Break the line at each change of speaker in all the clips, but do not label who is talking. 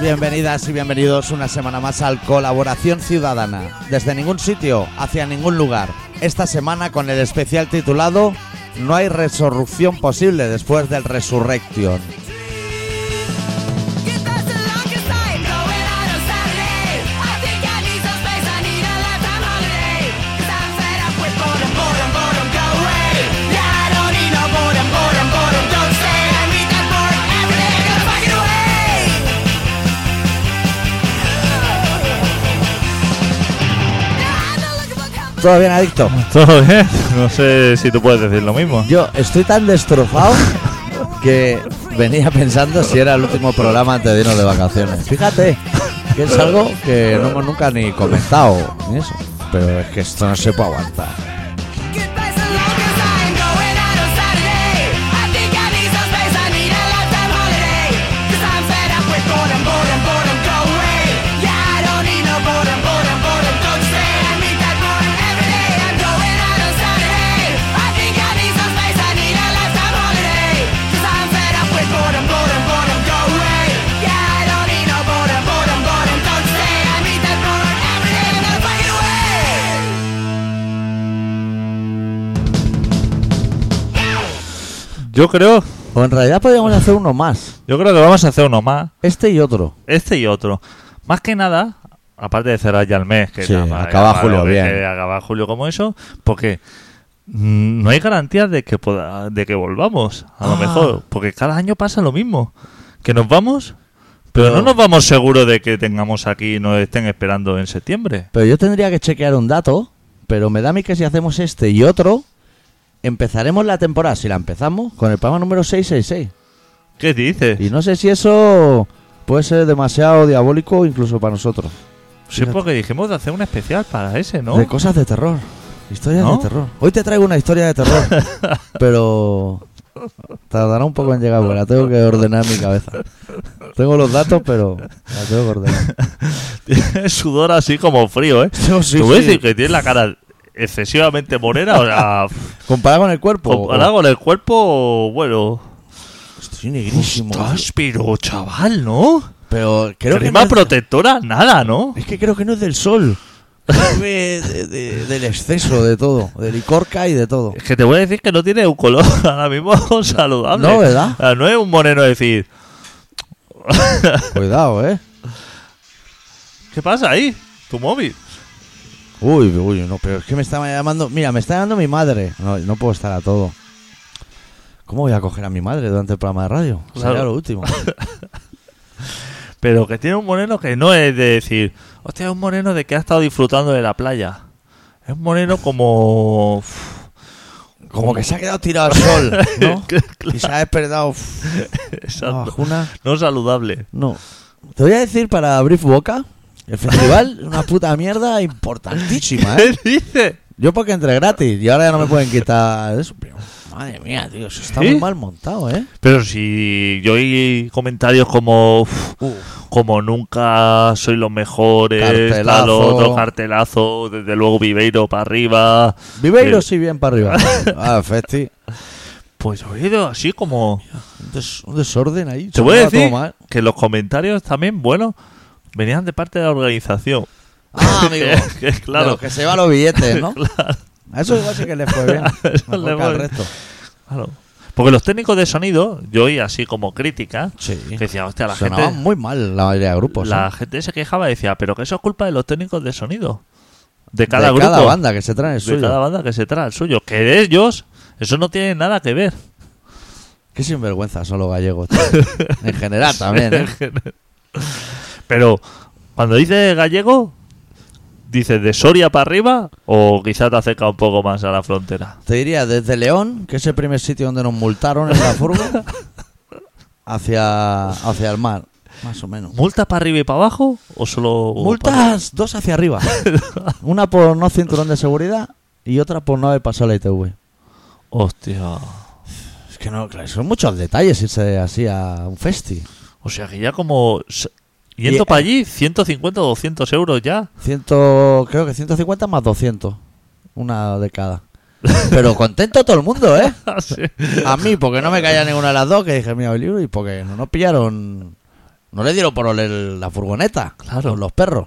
Bienvenidas y bienvenidos una semana más al Colaboración Ciudadana. Desde ningún sitio, hacia ningún lugar. Esta semana con el especial titulado No hay resurrección posible después del Resurrection. ¿Todo bien, adicto?
Todo bien. No sé si tú puedes decir lo mismo.
Yo estoy tan destrozado que venía pensando si era el último programa antes de irnos de vacaciones. Fíjate, que es algo que no hemos nunca ni comentado ni eso. Pero es que esto no se puede aguantar.
Yo creo,
O en realidad podríamos hacer uno más.
yo creo que vamos a hacer uno más,
Este y otro.
este y otro. Más que nada, aparte de cerrar ya el mes, que
Sí,
nada más,
acaba
ya,
julio
que-
bien.
que acaba julio como eso, porque mm, no hay garantías de que poda- de que volvamos, a lo
Ah.
mejor, porque cada año pasa lo mismo, que nos vamos, pero
Pero-
no nos vamos seguros de que tengamos aquí y nos estén esperando en septiembre.
Pero yo tendría que chequear un dato, pero me da a mí que si hacemos este y otro, empezaremos la temporada, si la empezamos, con el programa número 666.
¿Qué dices?
Y no sé si eso puede ser demasiado diabólico incluso para nosotros.
Sí, porque dijimos de hacer una especial para ese, ¿no?
De cosas de terror. Historias
¿No?
de terror. Hoy te traigo una historia de terror, pero tardará un poco en llegar porque la tengo que ordenar en mi cabeza. Tengo los datos, pero la tengo que ordenar.
Tiene sudor así como frío, ¿eh? Tú ves y que tiene la cara excesivamente morena, o sea,
Comparado con el cuerpo.
comparado con el cuerpo, bueno.
Estoy negrísimo.
Estás, pero chaval, ¿no?
Pero creo que
Crema
no es-
protectora, nada, ¿no?
Es que creo que no es del sol. Creo que de- de- del exceso de todo. De licorca y de todo.
Es que te voy a decir que no tiene un color ahora mismo saludable.
No, ¿verdad?
O sea, No es un moreno decir,
Cuidado, eh.
¿qué pasa ahí? Tu móvil.
Uy, uy, no, pero es que me estaba llamando. Mira, me está llamando mi madre. No, no puedo estar a todo. ¿Cómo voy a coger a mi madre durante el programa de radio? Sería
Claro.
lo último.
Pero que tiene un moreno que no es de decir, hostia, es un moreno de que ha estado disfrutando de la playa. Es un moreno como.
Como que se ha quedado tirado al sol, ¿no?
Claro.
Y se ha despertado. uf, una
Exacto.
bajuna.
No saludable.
No. Te voy a decir para abrir boca. El festival, una puta mierda importantísima, ¿eh?
¿Qué dice?
Yo porque entré gratis y ahora ya no me pueden quitar eso. pero, madre mía, tío, eso está
¿Sí?
muy mal montado, ¿eh?
Pero si yo oí comentarios como "Uf, como nunca soy los mejores,
Cartelazo.
tal otro cartelazo, desde luego Viveiro para arriba.
Viveiro
Eh.
sí bien para arriba. Ah, Festi.
Pues oído así como
Un, des- un desorden ahí.
te voy
sonaba
a
todo
decir
mal.
que los comentarios también bueno venían de parte de la organización.
Ah, amigo.
Que claro.
De los que se lleva los billetes, ¿no?
Claro,
A eso igual sí que le fue bien.
Eso
Mejor
le
que al
fue-
resto.
claro. Porque los técnicos de sonido, yo oí así como crítica,
Sí.
que decía, hostia, la
Sonaba
gente
muy mal la mayoría de grupos.
la
¿eh?
gente se quejaba y decía, pero que eso es culpa de los técnicos de sonido. De
De
cada grupo.
banda que se trae el
de
suyo.
cada banda que se trae el suyo. Que de ellos, eso no tiene nada que ver.
Qué sinvergüenza son los gallegos. tío. en general también, ¿eh?
Pero cuando dices gallego, dices de Soria para arriba o quizá te acerca un poco más a la frontera.
Te diría desde León, que es el primer sitio donde nos multaron en la furgo, hacia, hacia el mar, más o menos.
¿Multas para arriba y para abajo o solo... o para-
Multas, dos hacia arriba. Una por no cinturón de seguridad y otra por no haber pasado la ITV.
Hostia.
Es que no, claro, son muchos detalles irse así a un festi.
O sea que ya como... s- Yendo
Y- eh,
para allí, 150 o 200 euros ya.
Ciento, creo que 150 más 200. Una de cada. Pero contento todo el mundo, ¿eh?
Sí.
A mí, porque no me caía ninguna de las dos, que dije, mira, el libro, y porque no nos pillaron No le dieron por oler la furgoneta.
Claro.
Con los perros.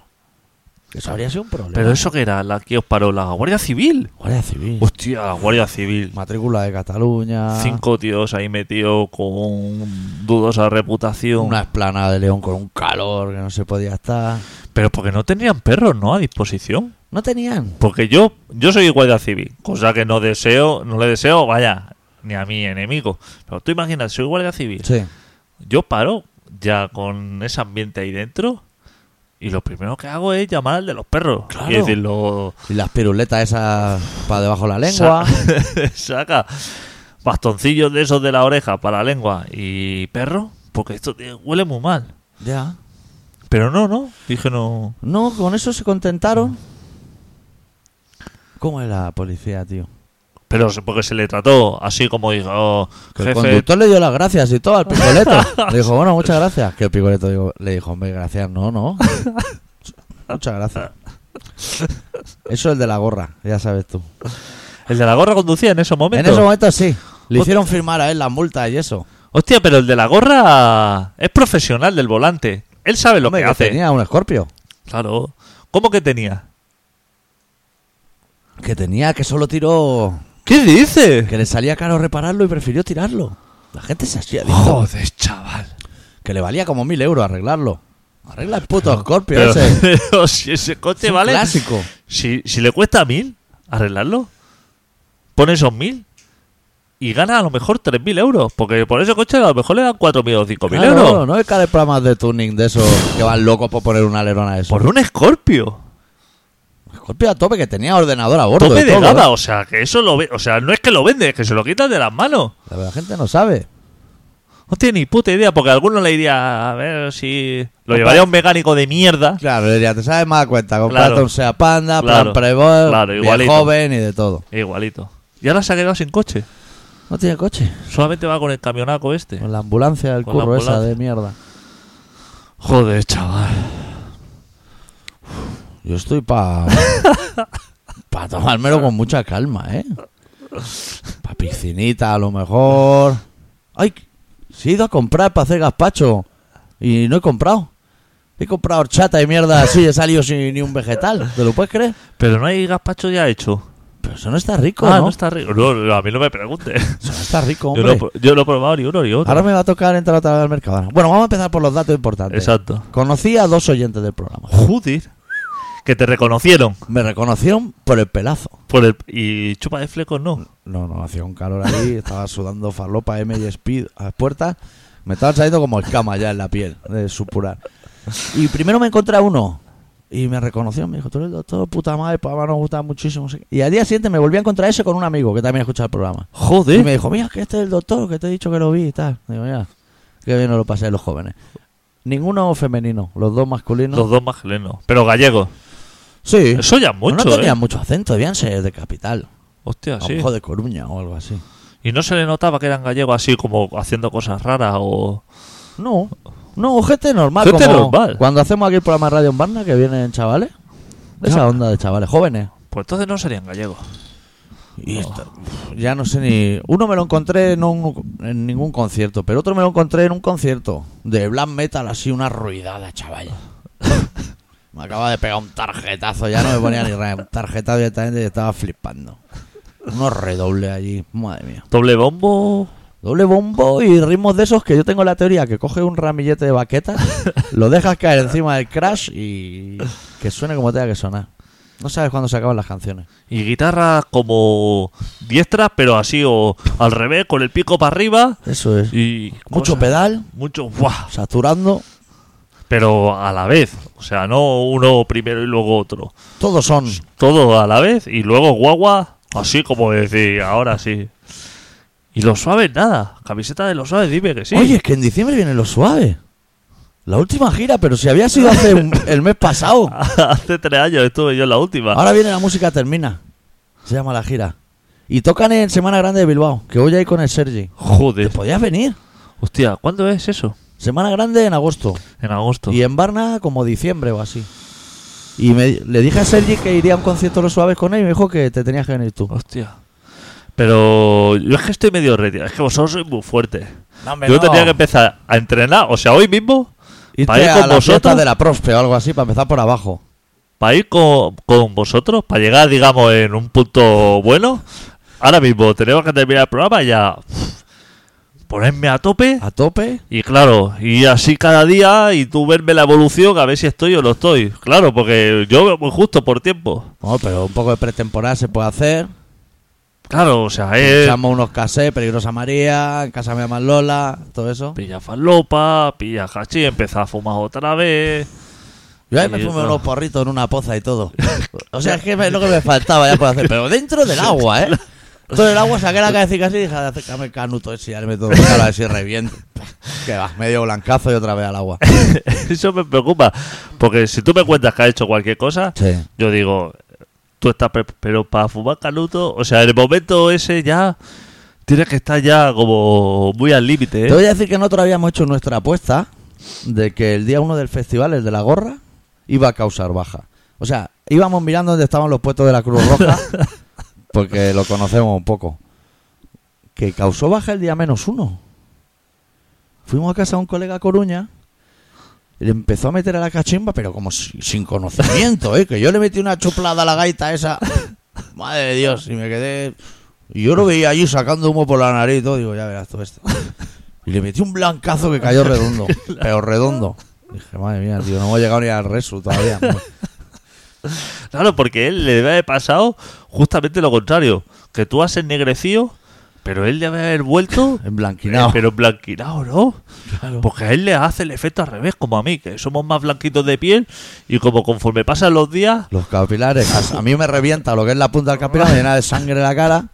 Eso habría sido un problema.
Pero eso que era la que os paró, la Guardia Civil.
Guardia Civil.
Hostia, la Guardia Civil.
Matrícula de Cataluña.
Cinco tíos ahí metidos con dudosa reputación.
Una esplanada de León con un calor que no se podía estar.
Pero porque no tenían perros, ¿no? A disposición.
No tenían.
Porque yo, yo soy guardia civil, cosa que no deseo, no le deseo, vaya, ni a mi enemigo. Pero tú imaginas, soy guardia civil.
Sí.
Yo paro ya con ese ambiente ahí dentro y lo primero que hago es llamar al de los perros.
Claro.
Y decirlo,
Y las piruletas esas para debajo de la lengua.
sa- saca bastoncillos de esos de la oreja para la lengua y perro, porque esto te- huele muy mal.
ya.
Pero no, no, dije no.
No, con eso se contentaron. ¿Cómo es la policía, tío?
Pero se- porque se le trató así como dijo, "Oh,
Que el
jefe,
conductor le dio las gracias y todo al picoleto. le dijo, bueno, muchas gracias. Que el picoleto digo- le dijo, hombre, gracias, no, no. muchas gracias. Eso es el de la gorra, ya sabes tú.
el de la gorra conducía en esos
En
momentos.
ese momento sí. Le hicieron firmar a él las multas y eso.
Hostia, pero el de la gorra es profesional del volante. Él sabe lo
Hombre,
que hace.
tenía un escorpio.
Claro. ¿Cómo que tenía?
Que tenía que solo tiró.
¿Qué dices?
Que le salía caro repararlo y prefirió tirarlo. La gente se hacía. adicta.
Joder, chaval.
Que le valía como mil euros arreglarlo. Arregla el puto escorpio
Pero,
ese.
pero si ese coche
Es un
vale.
clásico.
Si, si le cuesta mil arreglarlo, pone esos mil y gana a lo mejor tres mil euros. Porque por ese coche a lo mejor le dan cuatro mil o cinco mil
Claro,
euros.
No hay cara de programas de tuning de esos que van locos por poner una alerona de eso.
Por un Scorpio.
Escorpio a tope que tenía ordenador a bordo.
Tope
y
de
todo,
gama.
¿eh?
O sea, que eso lo ve. O sea, no es que lo vende, es que se lo quitan de las manos.
La verdad, la gente no sabe.
No tiene ni puta idea, porque alguno le diría, a ver si. Lo
Opa.
llevaría un mecánico de mierda.
Claro, le diría, te sabes más a cuenta. Comprate
Claro.
un Sea Panda, Plan
Claro.
Playboy,
Claro,
bien
igualito.
joven y de todo.
Igualito. Y ahora se ha quedado sin coche.
No tiene coche.
Solamente va con el camionaco este.
Con la ambulancia del
Con la
curro esa
ambulancia.
de mierda.
Joder, chaval.
Yo estoy para. para tomármelo con mucha calma, ¿eh? Para piscinita, a lo mejor. ¡Ay! Se he ido a comprar para hacer gazpacho. Y no he comprado. He comprado horchata y mierda así. He salido sin ni un vegetal. ¿Te lo puedes creer?
Pero no hay gazpacho ya hecho.
Pero eso no está rico,
Ah,
¿no?
no está rico. No, no, a mí no me preguntes.
Eso no está rico,
Yo no, he
hombre.
pro- yo no he probado ni uno ni otro.
Ahora me va a tocar entrar otra vez al mercado. Bueno, vamos a empezar por los datos importantes.
Exacto.
Conocí a dos oyentes del programa.
Joder. Que te reconocieron.
Me reconocieron por el pelazo.
Por el, y chupa de flecos no.
No, no, hacía un calor ahí, estaba sudando falopa M y Speed a las puertas. Me estaban saliendo como escamas ya en la piel de supurar. Y primero me encontré a uno y me reconoció, me dijo, tú eres el doctor, puta madre, pues, papá, nos gusta muchísimo. no sé qué. Y al día siguiente me volví a encontrar ese con un amigo que también escucha el programa. Y me
Joder.
dijo, mira, que este es el doctor, que te he dicho que lo vi y tal. Digo, mira, qué bien nos lo pasé los jóvenes. Ninguno femenino, los dos masculinos.
Los dos magelenos. Pero gallegos.
Sí,
Eso ya es
Pero
mucho,
no tenían
¿eh?
mucho acento, debían ser de capital,
Hostia,
a lo
sí.
mejor de Coruña o algo así.
Y no se le notaba que eran gallegos así como haciendo cosas raras o...
No, no, gente normal.
Gente
como
normal.
Cuando hacemos aquí el programa de Radio en Barna, que vienen chavales. Esa onda de chavales jóvenes. Oh.
Pues entonces no serían gallegos.
Y esto, uf, ya no sé ni. Uno me lo encontré en, un- en ningún concierto, pero otro me lo encontré en un concierto de black metal, así una ruidada, chaval. me acaba de pegar un tarjetazo, ya no me ponía ni ra- un tarjetazo directamente y estaba flipando. Unos redobles allí, madre mía.
Doble bombo.
Doble bombo y ritmos de esos que yo tengo la teoría que coge un ramillete de baqueta, lo dejas caer encima del crash y que suene como tenga que sonar. No sabes cuándo se acaban las canciones.
Y guitarra como diestras, pero así o al revés, con el pico para arriba.
Eso es.
Y
Mucho
cosas-
pedal,
Mucho, ¡buah!
saturando,
Pero a la vez. O sea, no uno primero y luego otro.
todos son.
Todo a la vez y luego guagua, así como decir, ahora sí. Y los suaves, nada. Camiseta de los suaves, dime que sí.
Oye, es que en diciembre viene lo suave. La última gira, pero si había sido hace un- el mes pasado.
Hace tres años estuve yo en la última.
Ahora viene la música termina. Se llama la gira. Y tocan en Semana Grande de Bilbao, que voy a ir con el Sergi. Te
Joder.
podías venir.
Hostia, ¿cuándo es eso?
Semana Grande en agosto.
En agosto.
Y en Barna como diciembre o así. Y me- le dije a Sergi que iría a un concierto de los suaves con él y me dijo que te tenías que venir tú.
Hostia. Pero yo es que estoy medio retirado. Es que vosotros sois muy fuertes.
No,
Yo tendría que empezar a entrenar, o sea, hoy mismo,
Irte
Para ir
a
con
la fiesta
vosotros.
de la prospe o algo así, para empezar por abajo.
Para ir con, con vosotros, para llegar, digamos, en un punto bueno. Ahora mismo tenemos que terminar el programa y ya. uf, Ponerme a tope.
A tope.
Y claro, y así cada día y tú verme la evolución a ver si estoy o no estoy. Claro, porque yo veo muy justo por tiempo.
Bueno, pero un poco de pretemporada se puede hacer.
Claro, o sea, es
Echamos unos casés, Peligrosa María, En casa me llaman Lola, todo eso.
pilla falopa, pilla hachí, empezar a fumar otra vez.
Yo ahí
Sí,
me fumé
no.
unos porritos en una poza y todo. O sea, es que es lo que me faltaba ya por hacer. Pero dentro del agua, ¿eh? Dentro del agua saqué la cabeza y casi dije, acércame el canuto ese y ya le meto un palo a ver si reviento. Que va, medio blancazo y otra vez al agua.
Eso me preocupa, porque si tú me cuentas que has hecho cualquier cosa,
Sí.
yo digo, tú estás, pre- pero para fumar canuto, o sea, en el momento ese ya tienes que estar ya como muy al límite.
Te
¿eh?
voy a decir que nosotros habíamos hecho nuestra apuesta de que el día 1 del festival, el de la gorra, iba a causar baja. O sea, íbamos mirando dónde estaban los puestos de la Cruz Roja, porque lo conocemos un poco. Que causó baja el día menos uno. Fuimos a casa de un colega a Coruña. y Le empezó a meter a la cachimba, pero como si- sin conocimiento, ¿eh? Que yo le metí una chuplada a la gaita esa. Madre de Dios, y me quedé... Y yo lo veía allí sacando humo por la nariz y todo. Digo, ya verás tú esto. Y le metí un blancazo que cayó redondo. pero redondo. Dije, madre mía, tío, no hemos llegado ni al resu todavía.
Claro, porque él le debe haber pasado justamente lo contrario, que tú has ennegrecido, pero él debe haber vuelto
En blanquinado.
Eh, pero blanquinado, ¿no?
Claro.
Porque a él le hace el efecto al revés, como a mí, que somos más blanquitos de piel y como conforme pasan los días,
Los capilares. A, a mí me revienta lo que es la punta del capilar, me llena de sangre la cara.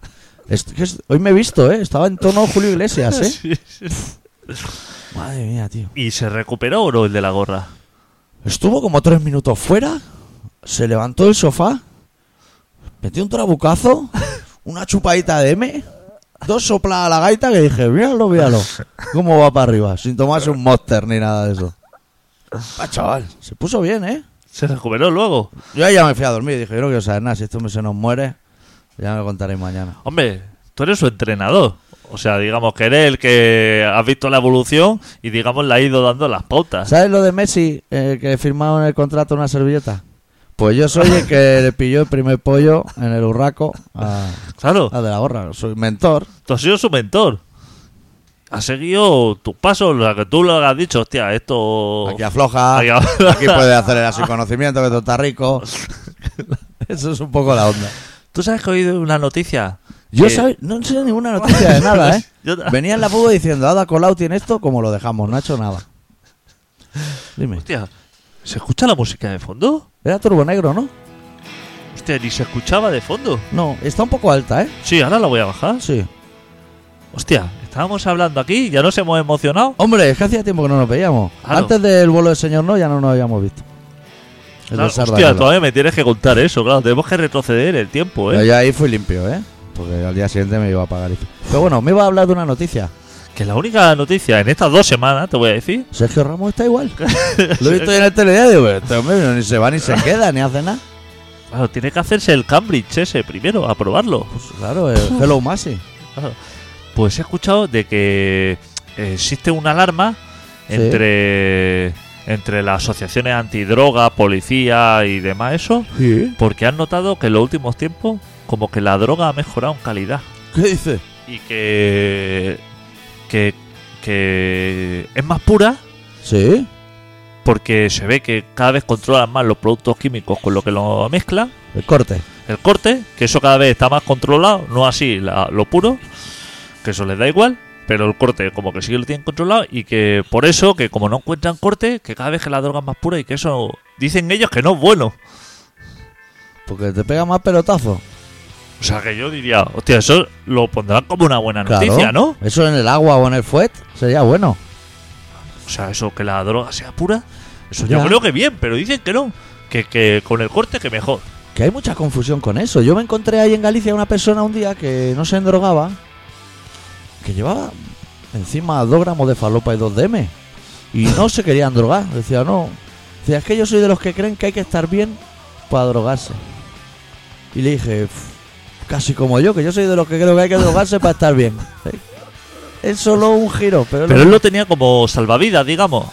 Es- que es- hoy me he visto, ¿eh? Estaba en tono Julio Iglesias, ¿eh? Madre mía, tío.
y se recuperó o no el de la gorra.
Estuvo como tres minutos fuera, se levantó del sofá, metió un trabucazo, una chupadita de M, dos sopladas a la gaita que dije, míralo, míralo, cómo va para arriba, sin tomarse un monster ni nada de eso. Ah, chaval, se puso bien, ¿eh?
Se recuperó luego.
Yo ahí ya me fui a dormir, dije, yo no quiero saber nada, si esto me se nos muere, ya me lo contaréis mañana.
Hombre, tú eres su entrenador. O sea, digamos que eres el que has visto la evolución y digamos le ha ido dando las pautas.
¿Sabes lo de Messi, eh, que firmaron el contrato una servilleta? Pues yo soy el que le pilló el primer pollo en el urraco a,
Claro,
a de la gorra, soy mentor.
tú has sido su mentor. Has seguido tus pasos, lo que tú le has dicho, hostia, esto...
Aquí afloja,
Aquí
aquí,
afloja.
puede acelerar su conocimiento, que tú estás rico. Eso es un poco la onda.
¿Tú sabes que he oído una noticia?
Yo
Que-
¿sabes? no sé ninguna noticia de nada, ¿eh?
Yo ta-
Venía en la pudo diciendo, Ada Colau tiene esto, como lo dejamos, no ha hecho nada. Dime,
Hostia, ¿se escucha la música de fondo?
era Turbo Negro, ¿no?
Hostia, ni se escuchaba de fondo.
No, está un poco alta, ¿eh?
Sí, ahora la voy a bajar.
Sí.
Hostia, estábamos hablando aquí, ya nos hemos emocionado.
Hombre, es que hacía tiempo que no nos veíamos.
Claro.
Antes del vuelo del señor no, ya no nos habíamos visto. El
Claro,
del
Ah, hostia,
Sardañola.
todavía me tienes que contar eso, claro. Tenemos que retroceder el tiempo,
Pero
¿eh?
yo ahí fui limpio, ¿eh? Porque al día siguiente me iba a pagar. Pero bueno, me iba a hablar de una noticia.
Que la única noticia en estas dos semanas, te voy a decir.
Sergio Ramos está igual. Lo he visto yo en el telediario, pero este hombre no, ni se va ni se queda, ni hace nada.
Claro, tiene que hacerse el Cambridge ese primero, a probarlo.
Pues claro, eh, Hello Masi.
Pues he escuchado de que eh, existe una alarma
Sí.
entre, entre las asociaciones antidroga, policía y demás, eso.
¿Sí?
Porque han notado que en los últimos tiempos, como que la droga ha mejorado en calidad.
¿Qué dice?
Y que. que. que es más pura
¿Sí?
porque se ve que cada vez controlan más los productos químicos con lo que lo mezclan.
El corte.
El corte, que eso cada vez está más controlado, no así la- lo puro, que eso les da igual. Pero el corte, como que sí que lo tienen controlado y que por eso, que como no encuentran corte, que cada vez que la droga es más pura y que eso dicen ellos que no es bueno.
Porque te pega más pelotazo.
O sea que yo diría, hostia, eso lo pondrán como una buena noticia,
claro.
¿no?
Eso en el agua o en el fuet sería bueno.
O sea, eso que la droga sea pura, eso yo
Ya.
creo que bien, pero dicen que no, que, que con el corte que mejor.
Que hay mucha confusión con eso. Yo me encontré ahí en Galicia una persona un día que no se endrogaba, que llevaba encima dos gramos de falopa y dos de M. Y no se querían drogar. Decía, no. Decía, es que yo soy de los que creen que hay que estar bien para drogarse. Y le dije, "Pf, casi como yo, que yo soy de los que creo que hay que drogarse para estar bien. Es solo un giro, pero, es lo
Pero él lo tenía como salvavidas, digamos.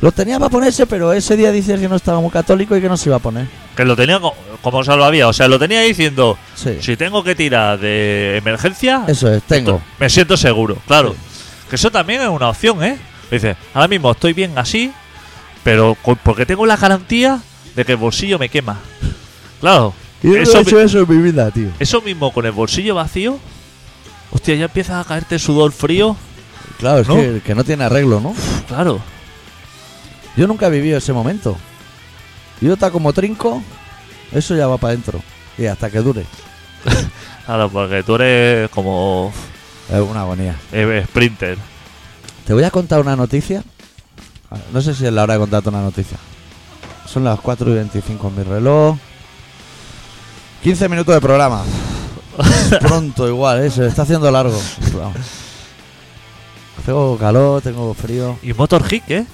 Lo tenía para ponerse, pero ese día dices que no estaba muy católico y que no se iba a poner.
Que lo tenía co- como salvavía. O sea, lo tenía diciendo:
Sí.
si tengo que tirar de emergencia,
Eso es, tengo.
esto- me siento seguro, claro. Que eso también es una opción, ¿eh? Dice: ahora mismo estoy bien así, pero co- porque tengo la garantía de que el bolsillo me quema. Claro.
Y yo no
eso
he
mi-
hecho eso en mi vida, tío.
Eso mismo con el bolsillo vacío. Hostia, ya empieza a caerte sudor frío.
Claro, es
¿No?
Que, que no tiene arreglo, ¿no?
Claro.
Yo nunca he vivido ese momento. Yo está como trinco, eso ya va para adentro. Y hasta que dure.
Claro, porque tú eres como
Es una agonía.
eh, sprinter.
Te voy a contar una noticia. Ah, No sé si es la hora de contarte una noticia. Son las 4 y 25 en mi reloj. 15 minutos de programa. Pronto igual, ¿eh? se está haciendo largo. el programa. Tengo calor, tengo frío.
Y Motor Hick, ¿eh?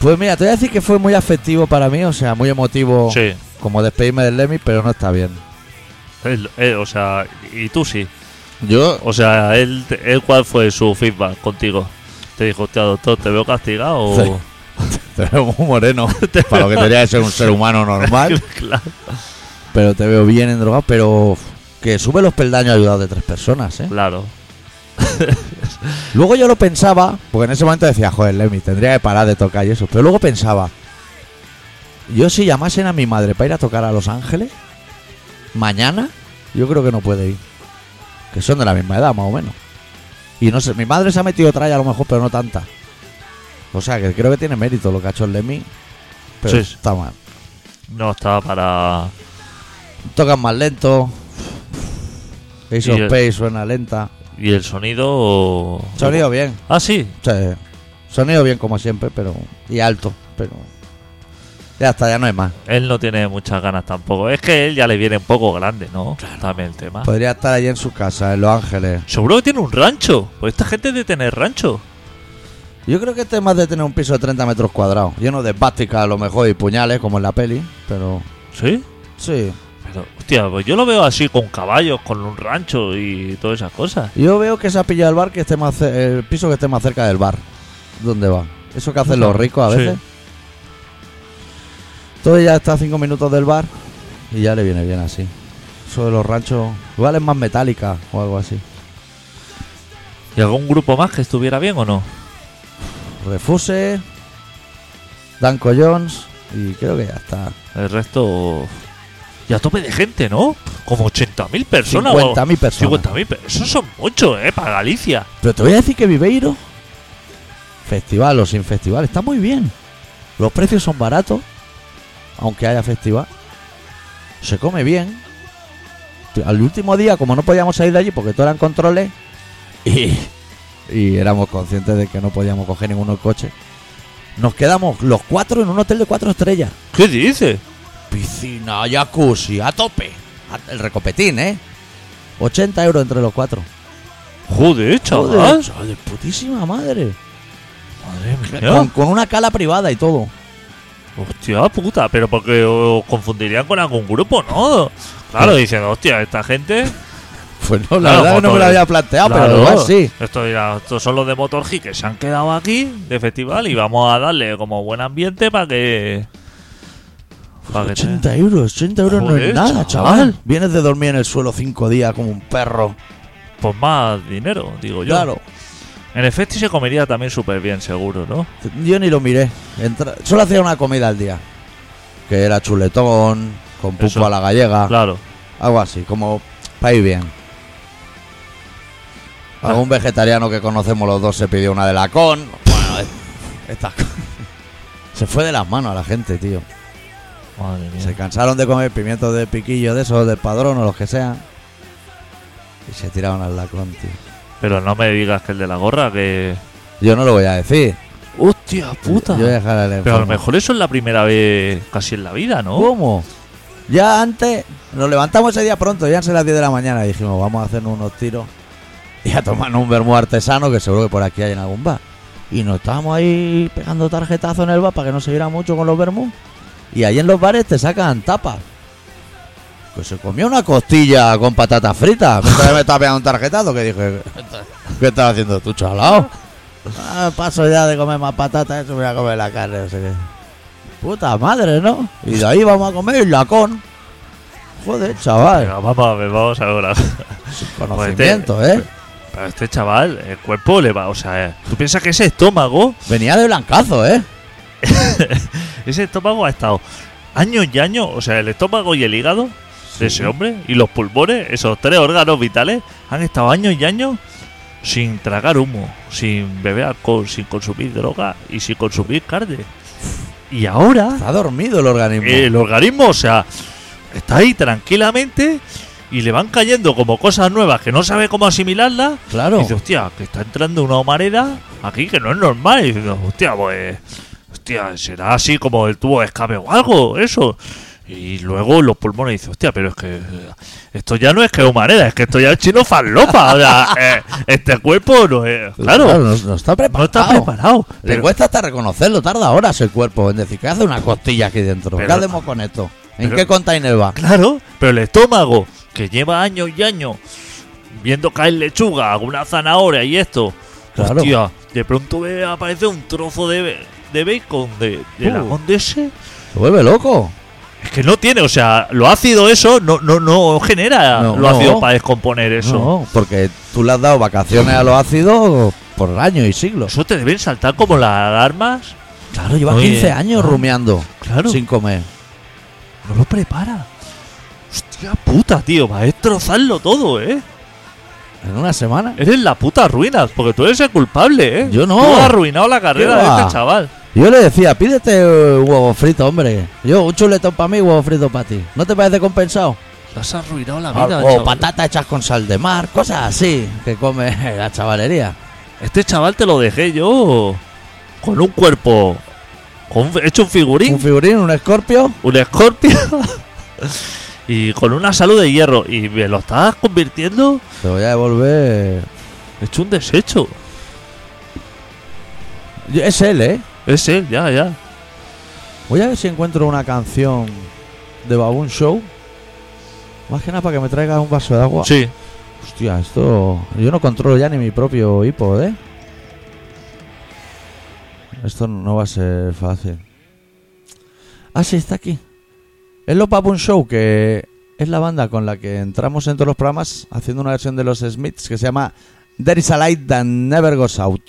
Pues mira, te voy a decir que fue muy afectivo para mí, o sea, muy emotivo
Sí.
como despedirme del Lemmy, pero no está bien.
Él- él, o sea, y tú sí.
Yo
O sea, él, él cuál fue su feedback contigo. Te dijo, hostia, doctor, ¿te veo castigado? o-?"
te veo muy moreno, para lo que tendría que ser un ser humano normal,
claro,
pero te veo bien endrogado, pero que sube los peldaños ayudado de tres personas, ¿eh?
claro.
Luego yo lo pensaba, porque en ese momento decía, joder, Lemmy, tendría que parar de tocar y eso. Pero luego pensaba, yo si llamasen a mi madre para ir a tocar a Los Ángeles, mañana, yo creo que no puede ir. Que son de la misma edad, más o menos. Y no sé, mi madre se ha metido tralla a lo mejor, pero no tanta. O sea, que creo que tiene mérito lo que ha hecho el Lemmy, pero
Sí.
está mal.
No estaba para...
Tocan más lento. Ace
Y
of
el-
Space suena lenta.
¿Y el sonido? o-
Sonido bien.
Ah, sí.
Sí. Sonido bien como siempre, pero. Y alto, pero. Ya está, ya no hay más.
Él no tiene muchas ganas tampoco. Es que él ya le viene un poco grande, ¿no? También el tema.
Podría estar allí en su casa, en Los Ángeles.
Seguro que tiene un rancho. Pues esta gente de tener rancho.
Yo creo que este es más de tener un piso de 30 metros cuadrados, lleno de básticas a lo mejor y puñales, como en la peli, pero.
¿Sí?
Sí.
Pero, hostia, pues yo lo veo así con caballos, con un rancho y todas esas cosas.
Yo veo que se ha pillado el bar que esté más ce- el piso que esté más cerca del bar. ¿Dónde va? Eso que hacen los ricos a
Sí.
veces. Todo ya está a 5 minutos del bar y ya le viene bien así. Eso de los ranchos, igual es más metálica o algo así.
¿Y algún grupo más que estuviera bien o no?
Refuse, Danco Jones y creo que ya está.
El resto. Y a tope de gente, ¿no? Como 80.000 personas. 50.000
50.000 personas.
50.000, pero eso son muchos, ¿eh? Para Galicia.
Pero te voy a decir que Viveiro, festival o sin festival, está muy bien. Los precios son baratos, aunque haya festival. Se come bien. Al último día, como no podíamos salir de allí porque todo eran controles, y, y éramos conscientes de que no podíamos coger ninguno el coche, nos quedamos los cuatro en un hotel de cuatro estrellas.
¿Qué dices?
Piscina, jacuzzi, a tope. A- El recopetín, ¿eh? 80 euros entre los cuatro.
Joder,
Joder,
chaval.
chaval, de putísima madre.
Madre
Con,
mía.
con una cala privada y todo.
Hostia puta, pero porque os confundirían con algún grupo, ¿no? Claro, dicen, hostia, esta gente.
Pues no,
Claro, como todo.
planteado,
Claro.
igual sí.
Esto dirá, estos son los de Motorji que se han quedado aquí de festival y vamos a darle como buen ambiente para que. Para que te-
80 euros, 80 euros no
Joder,
es nada,
chaval.
chaval. Vienes de dormir en el suelo cinco días como un perro.
Pues más dinero, digo Pues yo.
Claro,
En efecto, se comería también súper bien, seguro, ¿no?
yo ni lo miré. Entra- Solo hacía una comida al día. Que era chuletón, con pulpo
Eso.
a la gallega.
Claro.
Algo así, como para ir bien. Algún vegetariano que conocemos los dos se pidió una de la con. Bueno, es- estas co- Se fue de las manos a la gente, tío.
Madre mía.
Se cansaron de comer pimientos de piquillo de esos, del padrón o los que sean. Y se tiraron al lacón, tío.
Pero no me digas que el de la gorra, que.
Yo no lo voy a decir.
¡Hostia puta!
Yo voy a dejar al
Pero a lo
enfermo.
mejor eso es la primera vez casi en la vida, ¿no?
¿Cómo? Ya antes, nos levantamos ese día pronto, ya son las 10 de la mañana, y dijimos, vamos a hacernos unos tiros y a tomarnos un vermú artesano, que seguro que por aquí hay en algún bar. Y nos estábamos ahí pegando tarjetazos en el bar para que no se viera mucho con los vermú. Y ahí en los bares te sacan tapas. Que se comió una costilla con patatas fritas. Mientras me estaba pegando un tarjetazo que dije, ¿qué estás haciendo tú, chalao? Ah, paso ya de comer más patatas, eso me voy a comer la carne, no sé qué. Puta madre, ¿no? Y de ahí vamos a comer la con. Joder, chaval.
Venga, vamos a ver, vamos ahora.
Conocimiento, ¿eh?
Pero pues, este chaval, el cuerpo le va. O sea, eh, tú piensas que ese estómago,
Venía de blancazo, ¿eh?
ese estómago ha estado años y años. O sea, el estómago y el hígado de ese hombre y los pulmones, esos tres órganos vitales, han estado años y años sin tragar humo, sin beber alcohol, sin consumir droga y sin consumir carne. Y ahora.
Está dormido el organismo.
El organismo, o sea, está ahí tranquilamente y le van cayendo como cosas nuevas que no sabe cómo asimilarlas.
Claro.
Y dice, hostia, que está entrando una humareda aquí que no es normal. Y dice, hostia, pues. Hostia, será así como el tubo de escape o algo, eso. Y luego los pulmones dice, hostia, pero es que eh, esto ya no es que humareda, es que esto ya es chino farlopa. O sea, eh, este cuerpo no es. Claro,
no, no está
no
preparado.
está preparado.
Le
Pero-
cuesta hasta reconocerlo, tarda horas el cuerpo en decir que hace una costilla aquí dentro.
Pero-
¿Qué hacemos con esto? ¿En
pero-
qué container va?
Claro, pero el estómago, que lleva años y años viendo caer lechuga, alguna zanahoria y esto.
Claro.
Hostia, de pronto ve- aparece un trozo de, be- de bacon de, de
Uh.
lagón de ese.
Se vuelve loco.
Es que no tiene, o sea, lo ácido eso no, no, no genera
No,
lo ácido
no.
para descomponer eso.
No, porque tú le has dado vacaciones a los ácidos por años y siglos.
Eso te deben saltar como las alarmas.
Claro, lleva
Oye,
15 años
ah,
rumiando
Claro,
sin comer.
no lo prepara. Hostia puta, tío, va a destrozarlo todo, ¿eh?
En una semana.
Eres la puta ruina, porque tú eres el culpable, ¿eh?
Yo no.
Tú has arruinado la carrera
¿Qué
de
va?
este chaval.
Yo le decía, pídete eh, huevo frito, hombre. Yo, un chuletón para mí y huevo frito para ti. ¿No te parece compensado?
Lo has arruinado la
O,
vida,
o
chaval.
patatas hechas con sal de mar, cosas así que come la chavalería.
Este chaval te lo dejé yo con un cuerpo con, hecho un figurín,
Un
un,
figurín, un escorpio.
escorpio y con una salud de hierro. Y me lo estás convirtiendo
Te voy a devolver.
hecho un desecho.
Yo- Es él, ¿eh?
Es él, ya, ya.
Voy a ver si encuentro una canción de Baboon Show. Más que nada para que me traiga un vaso de agua.
Sí.
Hostia, esto. Yo no controlo ya ni mi propio iPod, ¿eh? Esto no va a ser fácil. Ah, sí, está aquí. Es los Baboon Show, que es la banda con la que entramos en todos los programas haciendo una versión de los Smiths que se llama There is a light that never goes out.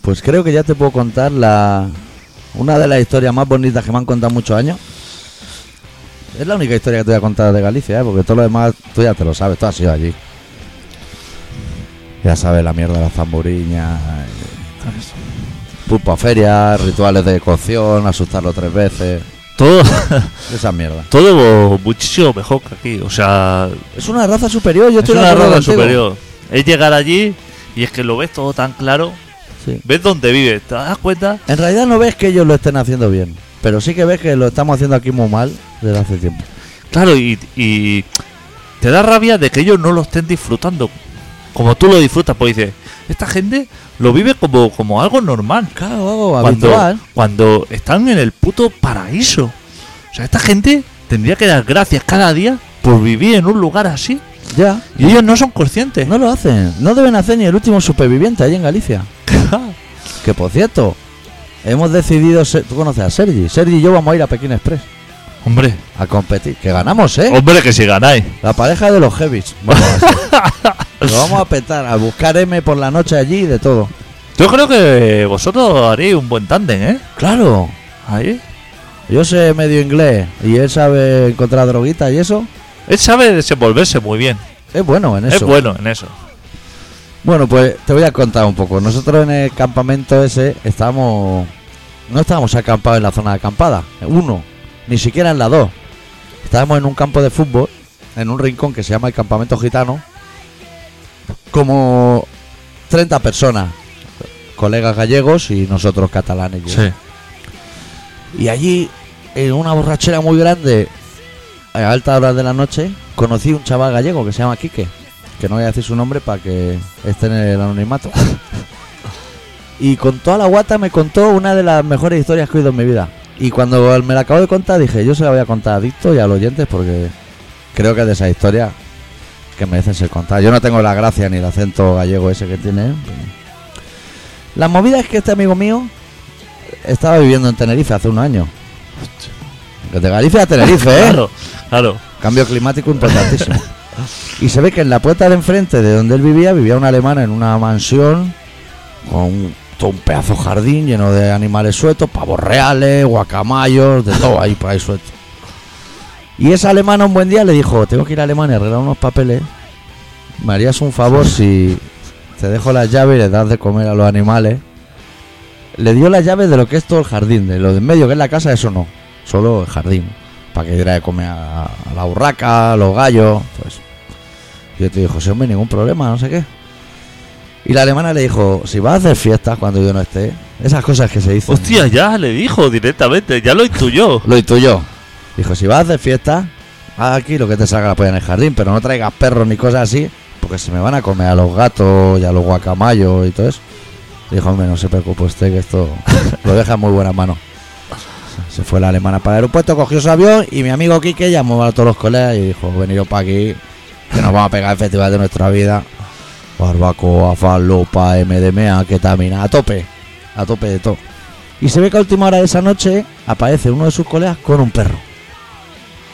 Pues creo que ya te puedo contar la una de las historias más bonitas que me han contado muchos años. Es la única historia que te voy a contar de Galicia, ¿eh? porque todo lo demás tú ya te lo sabes, tú has ido allí. Ya sabes la mierda de las zamburiñas, pulpa feria, rituales de cocción, asustarlo tres veces,
Todo,
esa mierda.
todo muchísimo mejor que aquí. O sea,
Es una raza superior, yo
es
estoy de
una
acuerdo
raza
contigo.
superior. Es llegar allí y es que lo ves todo tan claro.
Sí.
Ves dónde vives, te das cuenta.
En realidad no ves que ellos lo estén haciendo bien, pero sí que ves que lo estamos haciendo aquí muy mal desde hace tiempo.
Claro, y, y te da rabia de que ellos no lo estén disfrutando. Como tú lo disfrutas, pues dices, esta gente lo vive como, como algo normal.
Claro, algo
Cuando,
habitual.
cuando están en el puto paraíso. O sea, esta gente tendría que dar gracias cada día por vivir en un lugar así.
Ya.
Y ellos no son conscientes.
No lo hacen. No deben hacer ni el último superviviente allí en Galicia. Que por cierto, hemos decidido. ser- Tú conoces a Sergi. Sergi y yo vamos a ir a Pekín Express
hombre,
a competir. Que ganamos, ¿eh?
hombre, que si ganáis.
La pareja de los heavies. Vamos a ser. Lo vamos a petar, a buscar M por la noche allí y de todo.
Yo creo que vosotros haréis un buen tándem, ¿eh?
Claro.
Ahí.
Yo sé medio inglés y él sabe encontrar droguita y eso.
Él sabe desenvolverse muy bien.
Es bueno en eso.
Es bueno en eso.
Bueno, pues te voy a contar un poco. Nosotros en el campamento ese estábamos. No estábamos acampados en la zona de acampada, uno, ni siquiera en la dos. Estábamos en un campo de fútbol, en un rincón que se llama el campamento gitano, como 30 personas, colegas gallegos y nosotros catalanes. yo. Y allí, en una borrachera muy grande, a altas horas de la noche, conocí un chaval gallego que se llama Quique, que no voy a decir su nombre para que esté en el anonimato. y con toda la guata me contó una de las mejores historias que he oído en mi vida. Y cuando me la acabo de contar, dije, yo se la voy a contar a Dicto y a los oyentes porque creo que es de esas historias que merecen ser contadas. Yo no tengo la gracia ni el acento gallego ese que tiene. ¿eh? Pero- La movida es que este amigo mío estaba viviendo en Tenerife hace un año. Desde Galicia a Tenerife, ¿eh?
Claro, claro.
Cambio climático importantísimo. y se ve que en la puerta de enfrente de donde él vivía, vivía un alemán en una mansión con un, todo un pedazo de jardín lleno de animales sueltos, pavos reales, guacamayos, de todo ahí por ahí suelto. Y esa alemana un buen día le dijo, tengo que ir a Alemania a arreglar unos papeles. Me harías un favor si te dejo las llaves y le das de comer a los animales. Le dio las llaves de lo que es todo el jardín, de lo de en medio que es la casa, eso no. Solo el jardín para que diera de comer a, a la urraca, a los gallos, todo eso. Y yo te dijo, sí, hombre, ningún problema, no sé qué. Y la alemana le dijo, si vas a hacer fiestas cuando yo no esté, esas cosas que se dicen.
Hostia, ya le dijo directamente, ya lo intuyó.
Lo intuyó. Dijo, si vas a hacer fiestas, haz aquí lo que te salga la polla en el jardín, pero no traigas perros ni cosas así, porque se me van a comer a los gatos y a los guacamayos y todo eso. Dijo, hombre, no se preocupe usted que esto lo deja en muy buena mano. Se fue la alemana para el aeropuerto, cogió su avión y mi amigo Quique llamó a todos los colegas y dijo, veniros para aquí, que nos vamos a pegar el festival de nuestra vida. Barbacoa, falopa, MDMA, ketamina, a tope, a tope de todo. Y se ve que a última hora de esa noche aparece uno de sus colegas con un perro.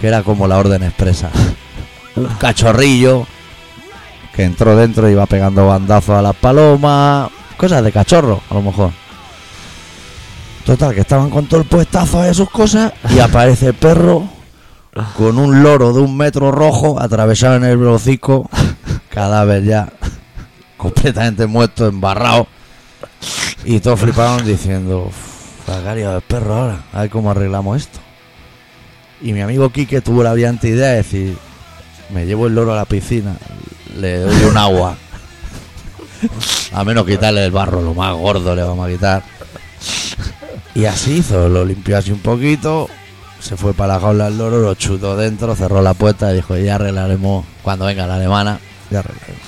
Que era como la orden expresa. Un cachorrillo que entró dentro y iba pegando bandazos a las palomas. Cosas de cachorro, a lo mejor. Total, que estaban con todo el puestazo de sus cosas y aparece el perro con un loro de un metro rojo atravesado en el hocico. Cadáver ya. Completamente muerto, embarrado. Y todos fliparon diciendo, "Uf, la caria del perro ahora, a ver cómo arreglamos esto. Y mi amigo Quique tuvo la brillante idea de decir, me llevo el loro a la piscina, le doy un agua. A menos quitarle el barro, lo más gordo le vamos a quitar. Y así hizo, lo limpió así un poquito, se fue para la jaula el loro, lo chutó dentro, cerró la puerta y dijo, ya arreglaremos cuando venga la alemana, ya arreglaremos.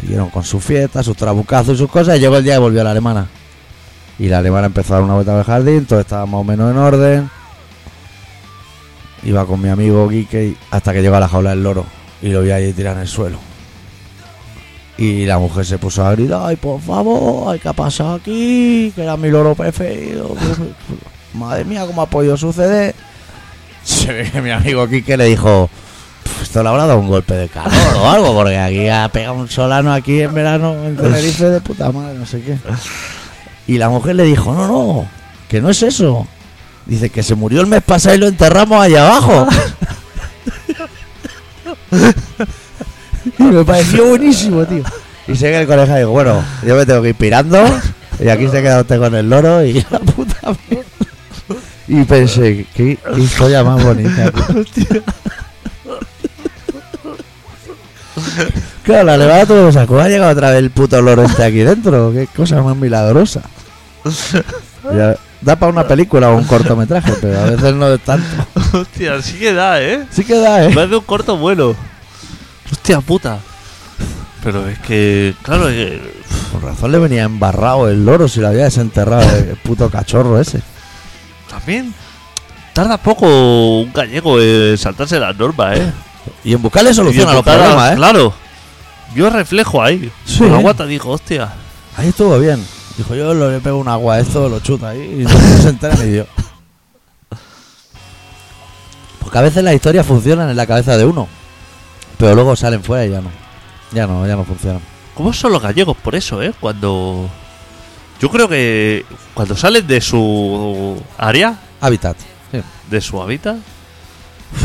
Siguieron con su fiesta, sus trabucazos y sus cosas. Y llegó el día y volvió la alemana. Y la alemana empezó a dar una vuelta al jardín, todo estaba más o menos en orden. Iba con mi amigo Quique y- hasta que llegó a la jaula del loro. Y lo vi ahí tirado en el suelo. Y la mujer se puso a gritar, ay, por favor, ¿qué ha pasado aquí? Que era mi loro preferido. Madre mía, ¿cómo ha podido suceder? Se ve que mi amigo Quique le dijo, "Pues, esto le habrá dado un golpe de calor o algo, porque aquí ha pegado un solano aquí en verano en Tenerife de puta madre, no sé qué. Y la mujer le dijo, no, no, que no es eso. Dice que se murió el mes pasado y lo enterramos allá abajo. y me pareció buenísimo, tío. Y sé que el colega dijo, bueno, yo me tengo que ir pirando. Y aquí se queda usted con el loro y la puta mierda. Y pensé, qué qué historia más bonita. tío. Claro, la levada tuvo que saco. Ha llegado otra vez el puto loro este aquí dentro. Qué cosa más milagrosa. Ya, da para una película o un cortometraje, pero a veces no es tanto.
Hostia, sí que da, ¿eh?
Sí que da, ¿eh?
Más de un corto vuelo. Hostia puta. Pero es que, claro, es que-
Con razón le venía embarrado el loro si lo había desenterrado el puto cachorro ese.
también tarda poco un gallego en saltarse las normas, ¿eh?
Y en buscarle solución a los
Diputada,
problemas, ¿eh?
Claro. Yo reflejo ahí.
Sí.
Con la guata dijo, hostia.
Ahí estuvo bien. Dijo, yo le pego un agua a esto, lo chuta ahí y no se entera ni yo. Porque a veces las historias funcionan en la cabeza de uno, pero luego salen fuera y ya no. Ya no, ya no funcionan.
¿Cómo son los gallegos por eso, eh? Cuando. Yo creo que cuando salen de su área,
Hábitat. Sí.
de su hábitat,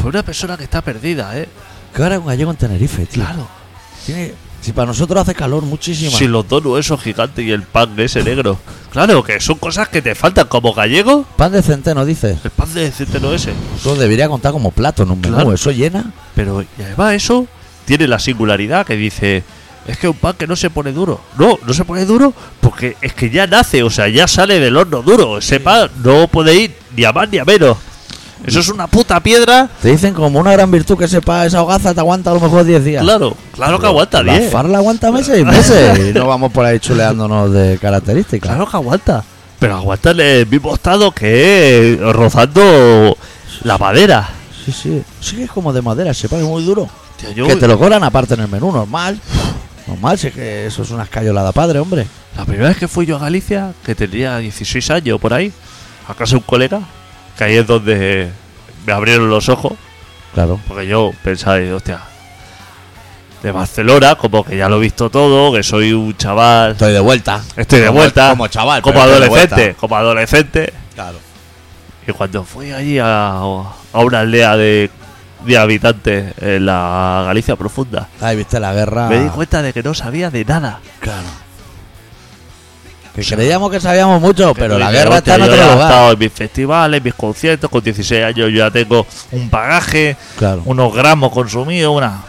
fue una persona que está perdida, eh.
Que ahora es un gallego en Tenerife, tío.
Claro.
Tiene- Si para nosotros hace calor muchísimo.
Sin los donuts esos gigantes y el pan de ese negro. Claro, que son cosas que te faltan como gallego.
Pan de centeno, dices.
El pan de centeno ese.
Eso debería contar como plato en un menú.
Claro.
Eso llena.
Pero y además eso tiene la singularidad que dice, es que un pan que no se pone duro. No, no se pone duro porque es que ya nace, o sea, ya sale del horno duro. Ese pan no puede ir ni a más ni a menos. Eso es una puta piedra.
Te dicen como una gran virtud que sepa esa hogaza te aguanta a lo mejor 10 días.
Claro, claro que aguanta,
La
10.
farla aguanta meses y meses. y no vamos por ahí chuleándonos de características.
Claro que aguanta. Pero aguanta en el mismo estado que eh, rozando la madera.
Sí, sí. Sí que es como de madera, se pone muy duro.
Tío, yo-
Que te lo cobran aparte en el menú, normal. Normal, si es que eso es una escayolada padre, hombre.
La primera vez que fui yo a Galicia, que tenía 16 años por ahí, a casa de un colega, que ahí es donde me abrieron los ojos,
Claro.
porque yo pensaba, digo, hostia, de Barcelona, como que ya lo he visto todo, que soy un chaval,
Estoy de vuelta.
estoy de vuelta,
chaval.
como adolescente, como adolescente.
Claro.
Y cuando fui allí a, a una aldea de, de habitantes en la Galicia profunda,
Ahí viste la guerra.
me di cuenta de que no sabía de nada.
Claro. Que creíamos que sabíamos mucho,
Que
pero
tú
la
dices,
guerra está en
"Hostia,
otro
yo ya he
lugar.
estado en mis festivales, en mis conciertos, con 16 años yo ya tengo un bagaje,
Claro.
unos gramos consumidos, una...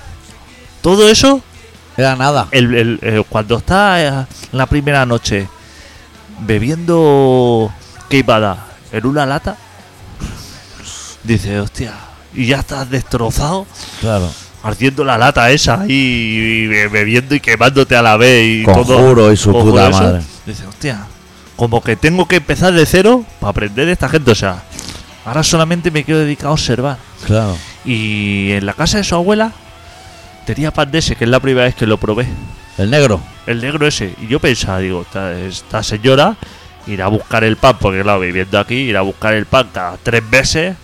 Todo eso,
Era nada.
el, el- el- cuando está eh, la primera noche bebiendo queimada en una lata, dice, hostia, y ya estás destrozado,
Claro.
ardiendo la lata esa y, y be- bebiendo y quemándote a la vez y todo.
Conjuro y su
conjuro
puta
eso.
madre.
Dice, hostia, como que tengo que empezar de cero para aprender de esta gente. O sea, ahora solamente me quiero dedicar a observar.
Claro.
Y en la casa de su abuela tenía pan de ese, que es la primera vez que lo probé.
El negro.
El negro ese. Y yo pensaba, digo, esta, esta señora irá a buscar el pan, porque claro, viviendo aquí, irá a buscar el pan cada tres meses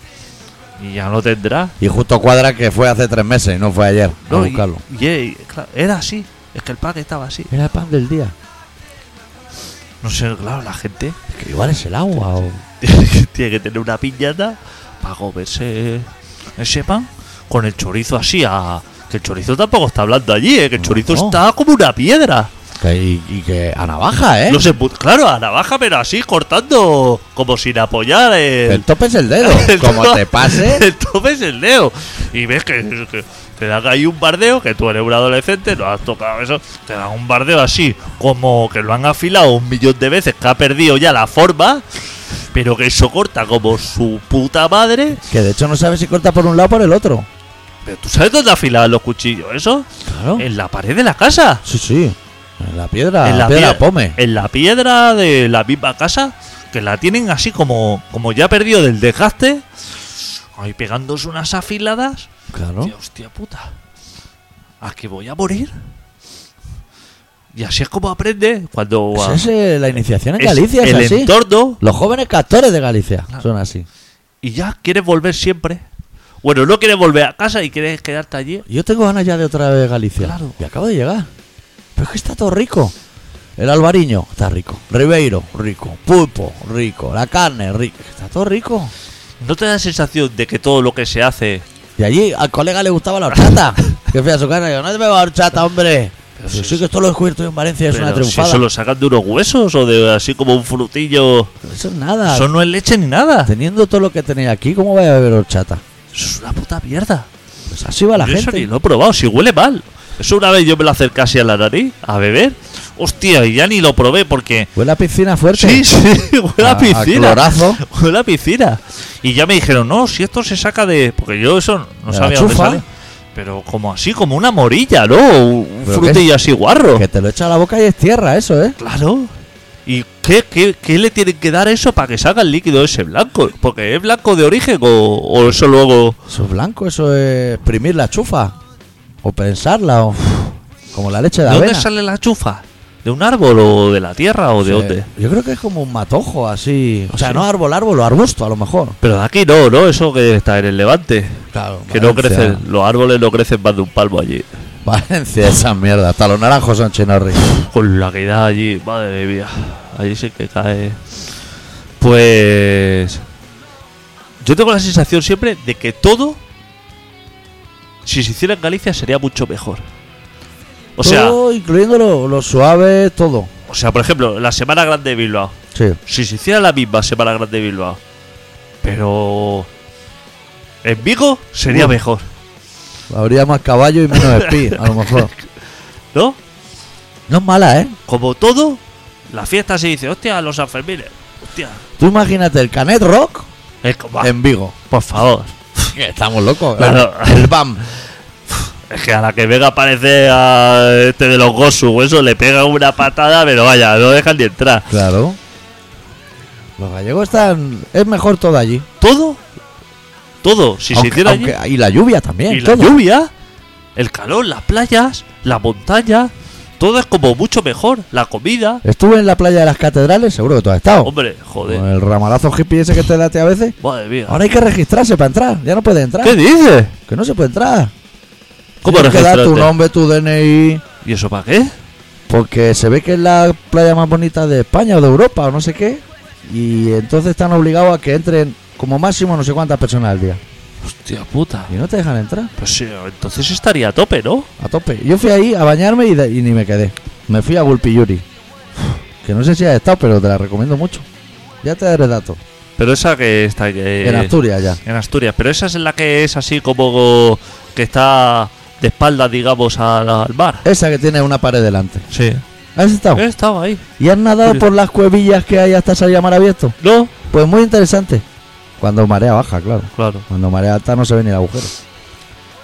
y ya no tendrá.
Y justo cuadra que fue hace tres meses y no fue ayer
No,
a
y-
buscarlo.
y- y- claro, era así. Es que el pack estaba así.
Era el pan del día.
No sé, claro, la gente
Que igual es el agua o.
tiene que tener una piñata para comerse ese pan con el chorizo así a... Que el chorizo tampoco está hablando allí, ¿eh? que el chorizo
no.
está como una piedra.
Que- y, y que a navaja, ¿eh?
No se pu- claro, a navaja, pero así cortando, como sin apoyar el,
El tope es el dedo.
el
Como
tope-
te pase.
El tope es el dedo. Y ves que, que te dan ahí un bardeo, que tú eres un adolescente, no has tocado eso, te dan un bardeo así, como que lo han afilado un millón de veces, que ha perdido ya la forma, pero que eso corta como su puta madre.
Que de hecho no sabes si corta por un lado o por el otro.
Pero tú sabes dónde afilaban los cuchillos, eso?
Claro.
En la pared de la casa.
Sí, sí. En la piedra.
en la
Ah, piedra
piedra-
pome.
En la piedra de la misma casa, que la tienen así como, como ya perdido del desgaste, ahí pegándose unas afiladas.
Claro.
Hostia, hostia puta. ¿A que voy a morir? Y así es como aprende cuando.
Esa
ah,
es eh, la iniciación en
es
Galicia, es
el
así.
entorno
Los jóvenes castores de Galicia
Claro.
son así.
y ya quieres volver siempre. Bueno, no quieres volver a casa y quieres quedarte allí.
Yo tengo ganas ya de otra vez Galicia.
Claro.
Y acabo de llegar. Pero es que está todo rico. El albariño está rico. Ribeiro, rico. Pulpo, rico. La carne, rico. Está todo rico.
¿No te da la sensación de que todo lo que se hace
Y allí al colega le gustaba la horchata. que fui a su casa y yo, no te me va horchata, hombre. Pero
sí,
sí, que esto lo he descubierto yo en Valencia, es
pero
una
si
triunfada.
eso lo sacan de unos huesos o de así como un frutillo?
Eso es nada.
Eso no es leche ni nada.
Teniendo todo lo que tenéis aquí, ¿cómo vais a beber horchata?
Eso es una puta mierda.
Pues así va la
Yo eso ni
gente.
lo he probado, si huele mal. Eso una vez yo me lo acerqué así a la nariz a beber. Hostia, y ya ni lo probé porque.
Huele a piscina fuerte.
Sí, sí, huele
A-
a,
a
piscina.
clorazo.
Huele a piscina. Y ya me dijeron, no, si esto se saca de. Porque yo eso
De
no
la
sabía dónde
chufa.
sale. Pero como así, como una morilla, ¿no? Un
¿Pero
frutillo así guarro.
Que te lo echa a la boca y es tierra, eso, ¿eh?
Claro. ¿Y qué, qué, qué le tienen que dar eso para que salga el líquido ese blanco? Porque es blanco de origen o, o eso luego.
Eso es blanco, eso es exprimir la chufa. O pensarla, o. Como la leche de
¿De dónde
avena.
sale la chufa? ¿De un árbol o de la tierra o de
Eh,
dónde?
Yo creo que es como un matojo así. O sea,
Sí.
no árbol, árbol, o arbusto a lo mejor.
Pero de aquí no, ¿no? Eso que está en el levante.
Claro.
Que no crecen, los árboles no crecen más de un palmo allí.
Valencia, esas mierdas. Hasta los naranjos son chinos ricos.
Con la que da allí, madre mía. Allí sí que cae. Pues. Yo tengo la sensación siempre de que todo. Si se hiciera en Galicia sería mucho mejor. O sea,
Todo, incluyendo lo, lo suave, todo.
o sea, por ejemplo, la Semana Grande de Bilbao.
Sí.
Si se hiciera la misma Semana Grande de Bilbao. Pero. En Vigo sería
Bueno.
mejor,
Habría más caballo y menos espí, a lo mejor.
¿no?
No es mala, ¿eh?
Como todo, la fiesta se dice, hostia, los Sanfermines. Hostia.
Tú imagínate el Canet Rock
Es como, "Ah,
en Vigo.
por favor.
Estamos locos.
Claro.
El BAM.
Es que a la que venga aparece a este de los Gosu, eso le pega una patada, pero vaya, no dejan ni entrar.
Claro. Los gallegos están. Es mejor todo allí.
Todo, todo, si
Aunque-
se hiciera
aunque-
allí,
Y la lluvia también.
y
todo.
la lluvia, el calor, las playas, la montaña, todo es como mucho mejor. La comida,
Estuve en la playa de las catedrales, seguro que tú has estado.
hombre,
Con
joder,
el ramalazo hippie ese que te date a veces.
madre mía.
Ahora hay que registrarse para entrar. Ya no puedes entrar.
¿Qué dices?
Que no se puede entrar.
¿Cómo
Tienes que dar tu
registrarte?
nombre, tu DNI.
¿Y eso para qué?
Porque se ve que es la playa más bonita de España o de Europa o no sé qué. Y entonces están obligados a que entren como máximo no sé cuántas personas al día.
Hostia puta.
Y no te dejan entrar.
Pues sí, entonces estaría a tope, ¿no?
A tope. Yo fui ahí a bañarme y, de- y ni me quedé. Me fui a Gulpiyuri. Que no sé si has estado, pero te la recomiendo mucho. Ya te daré datos.
Pero esa que está eh, que-
en Asturias ya.
En Asturias, pero esa es la que es así como que está de espaldas, digamos, al, al mar.
Esa que tiene una pared delante.
Sí.
¿Has estado?
He estado ahí.
¿Y has nadado por las cuevillas que hay hasta salir a mar abierto?
¿No?
Pues muy interesante. Cuando marea baja, claro.
Claro.
Cuando marea alta no se ve ni el agujero.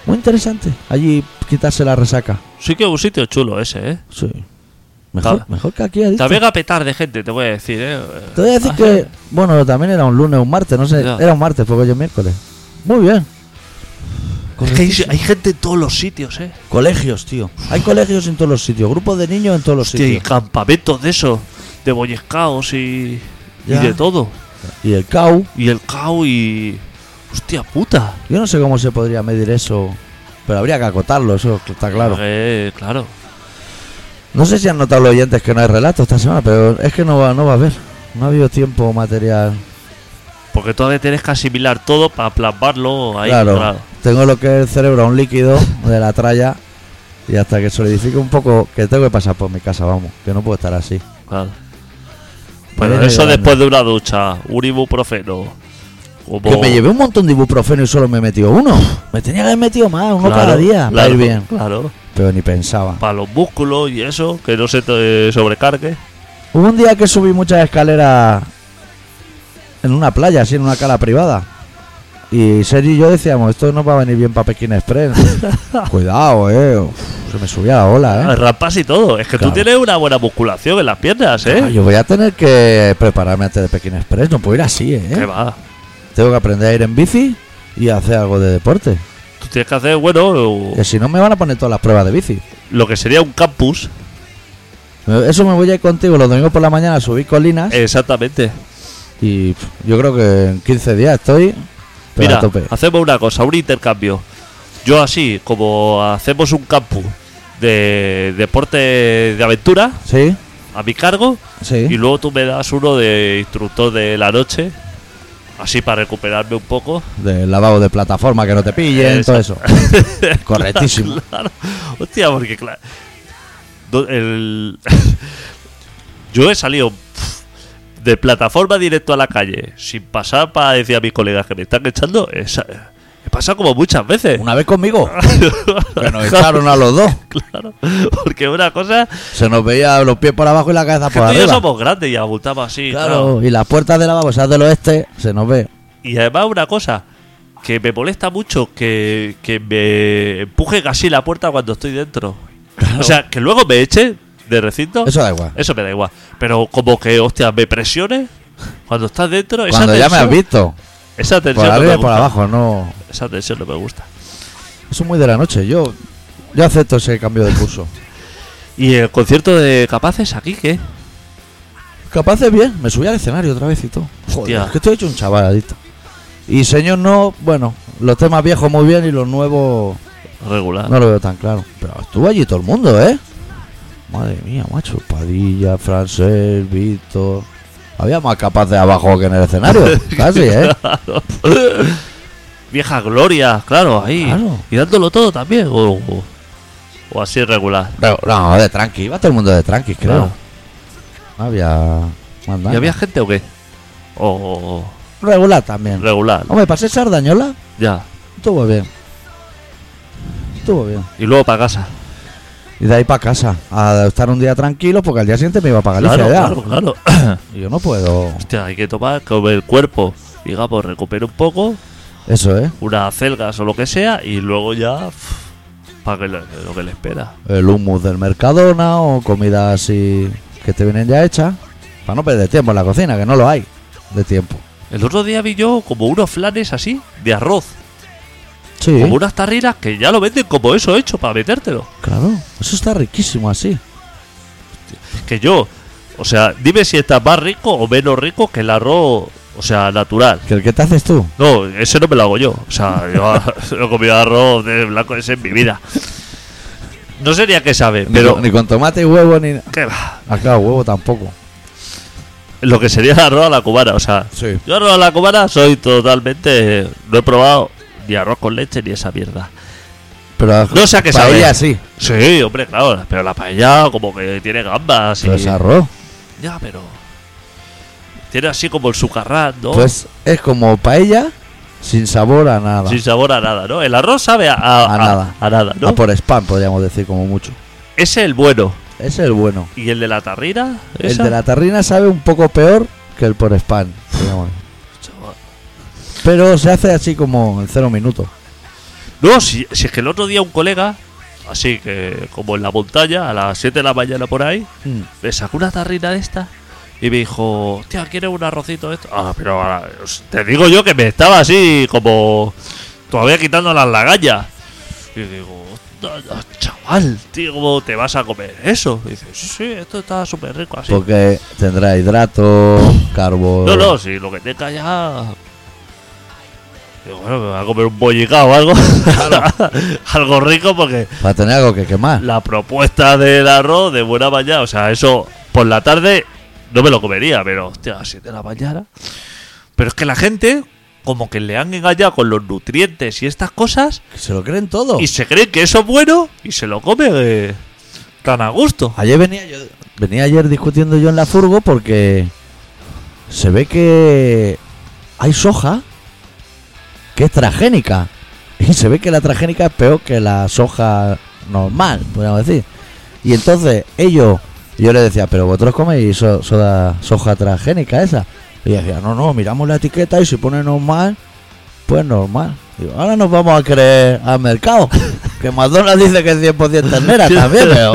Muy interesante. Allí quitarse la resaca.
Sí que es un sitio chulo ese, ¿eh?
Sí. Mejor,
Ta-
mejor que aquí. ha dicho.
También a petar de gente, te voy a decir, ¿eh?
Te voy a decir
Ah,
que, bueno, también era un lunes, un martes, no sé.
Ya.
Era un martes, porque hoy es miércoles. Muy bien.
Ah, es que hay, hay gente en todos los sitios, ¿eh?
Colegios, tío. Hay colegios en todos los sitios. Grupos de niños en todos los
Hostia, y
sitios.
campamentos de eso, de boyescaos y, y
Ya.
de todo.
Y el CAU.
Y el cao y... Hostia puta.
Yo no sé cómo se podría medir eso. Pero habría que acotarlo, eso está claro.
Eh, claro.
No sé si han notado los oyentes que no hay relato esta semana, pero es que no va, no va a haber. No ha habido tiempo material.
Porque todavía tienes que asimilar todo para plasmarlo ahí.
claro.
claro.
Tengo lo que es el cerebro, un líquido de la tralla. Y hasta que solidifique un poco, que tengo que pasar por mi casa, vamos. Que no puedo estar así. Pues
Claro.
Me
Pero
viene
eso
llorando.
después de una ducha, un ibuprofeno. Como...
Que me llevé un montón de ibuprofeno y solo me he metido uno. Me tenía que haber metido más, uno
Claro,
cada día. Para
claro,
ir bien.
Claro,
Pero ni pensaba.
para los músculos y eso, que no se te sobrecargue.
Hubo un día que subí muchas escaleras en una playa, así en una cala privada. Y Sergi y yo decíamos, esto no va a venir bien para Pekín Express. Cuidado, eh. Uf, se me subía la ola, eh.
Rampas y todo. Es que
Claro.
tú tienes una buena musculación en las piernas, ¿eh?
Ah, Yo voy a tener que prepararme antes de Pekín Express. No puedo ir así,
Que
eh.
va.
Tengo que aprender a ir en bici y hacer algo de deporte.
Tú tienes que hacer, bueno,
Que si no me van a poner todas las pruebas de bici.
lo que sería un campus.
Me- Eso me voy a ir contigo los domingos por la mañana a ¿Ah?
Eh.
subir colinas.
Exactamente.
Y pf, yo creo que en 15 días estoy Pero
Mira,
a tope.
hacemos una cosa, un intercambio. Yo así, como hacemos un campus de deporte de aventura
Sí,
a mi cargo,
sí.
y luego tú me das uno de instructor de la noche, así para recuperarme un poco.
Del lavado de plataforma que no te pillen, todo eso. Correctísimo.
Claro. Hostia, porque claro. do- el- Yo he salido pf, de plataforma directo a la calle, sin pasar para decir a mis colegas que me están echando. Esa... He pasado como muchas veces.
Una vez conmigo, que nos echaron a los dos.
Claro, porque una cosa
Se nos veía los pies por abajo y la cabeza
que
por
tú y yo
arriba.
somos grandes y abultamos así. Claro.
Claro, y las puertas del lavabo, esas del oeste, se nos ve.
Y además una cosa que me molesta mucho que, que me empuje casi la puerta cuando estoy dentro. O sea, que luego me eche de recinto.
Eso da igual.
Eso me da igual. Pero como que, hostia, me presiones cuando estás dentro. Esa
Cuando ya me
tensión,
has visto,
Esa
por
tensión no
arriba
me
y por
gusta.
abajo, no.
Esa tensión no me gusta.
Eso es muy de la noche. Yo, yo acepto ese cambio de curso.
¿Y el concierto de Capaces aquí qué?
Capaz de bien, me subí al escenario otra vez y todo. Joder,
Hostia.
es que estoy hecho un chavaladito. Y señor, no, bueno, los temas viejos muy bien y los nuevos
Regular.
no lo veo tan claro. Pero estuvo allí todo el mundo, ¿eh? Madre mía, macho. Padilla, Francés, Víctor. Había más capaz de abajo que en el escenario. casi, ¿eh?
Vieja gloria, claro, ahí.
Claro.
Y dándolo todo también. O, o- o así regular.
Pero, no, de tranqui. Iba todo el mundo de tranqui, creo.
Claro.
No Había. más nada.
¿Y había gente o qué? O,
Regular
o
también.
regular,
Hombre, pasé Sardañola.
ya.
Estuvo bien. Estuvo bien.
Y luego para casa.
Y de ahí para casa, a estar un día tranquilo, porque al día siguiente me iba para Galicia
Claro,
ya.
claro, claro.
Y yo no puedo.
Hostia, hay que tomar, comer el cuerpo, digamos, recupere un poco.
Eso, ¿eh?
unas celgas o lo que sea y luego ya para que le- lo que le espera.
El hummus del Mercadona o comida así que te vienen ya hecha. Para no perder tiempo en la cocina, que no lo hay de tiempo.
El otro día vi yo como unos flanes así de arroz,
Sí,
como unas tarrinas que ya lo venden como eso hecho para metértelo.
claro. Eso está riquísimo así.
Que yo, o sea, dime si está más rico o menos rico que el arroz, o sea, natural.
Que el que te haces tú.
No, ese no me lo hago yo. O sea, yo no he comido arroz de blanco ese en mi vida. No sería que sabe,
Ni
pero
con- ni, con tomate y huevo ni.
¿qué va?
Ah, claro, huevo tampoco.
lo que sería el arroz a la cubana, o sea,
Sí.
Yo arroz a la cubana soy totalmente. No he probado ni arroz con leche ni esa mierda.
Pero
No sé a qué sabe.
paella sí.
Sí, hombre, claro. Pero la paella como que tiene gambas y.
Pues arroz.
ya, pero. Tiene así como el sucarrat, ¿no?
Pues es como paella sin sabor a nada.
Sin sabor a nada, ¿no? El arroz sabe a, a-
A
a-
nada.
a nada, ¿no?
A por spam, podríamos decir, como mucho.
Ese es el bueno.
Ese es el bueno.
¿Y el de la tarrina?
El
¿Esa?
de la tarrina sabe un poco peor que el por spam, digamos.
Chaval.
Pero se hace así como en cero minutos.
No, si, si es que el otro día un colega, así que como en la montaña, a las 7 de la mañana por ahí, me sacó una tarrina de esta y me dijo, hostia, ¿quieres un arrocito de esto? Ah, pero ahora, os- te digo yo que me estaba así como todavía quitando las lagallas. Y digo, "Hostia, no, chaval, tío, ¿cómo te vas a comer eso? Y dice, sí, sí, esto está súper rico así.
Porque tendrá hidrato, carbo.
No, no, si lo que tenga ya... Digo, bueno, me voy a comer un bollicao o algo. algo rico porque
Para tener algo que quemar.
la propuesta del arroz de buena mañana. O sea, eso por la tarde no me lo comería, pero hostia, a las 7 de la mañana. Pero es que la gente, como que le han engañado con los nutrientes y estas cosas,
Se lo creen todo.
y se creen que eso es bueno y se lo come eh, tan a gusto.
Ayer venía yo. Venía ayer discutiendo yo en la furgo porque se ve que hay soja que es transgénica. Y se ve que la transgénica es peor que la soja normal, podríamos decir. Y entonces ellos, yo les decía, pero vosotros coméis so- soda- soja transgénica esa. Y ellos decían, no, no, miramos la etiqueta y si pone normal, pues normal. Digo, ahora nos vamos a creer al mercado. Que McDonald's dice que es 100% ternera también, pero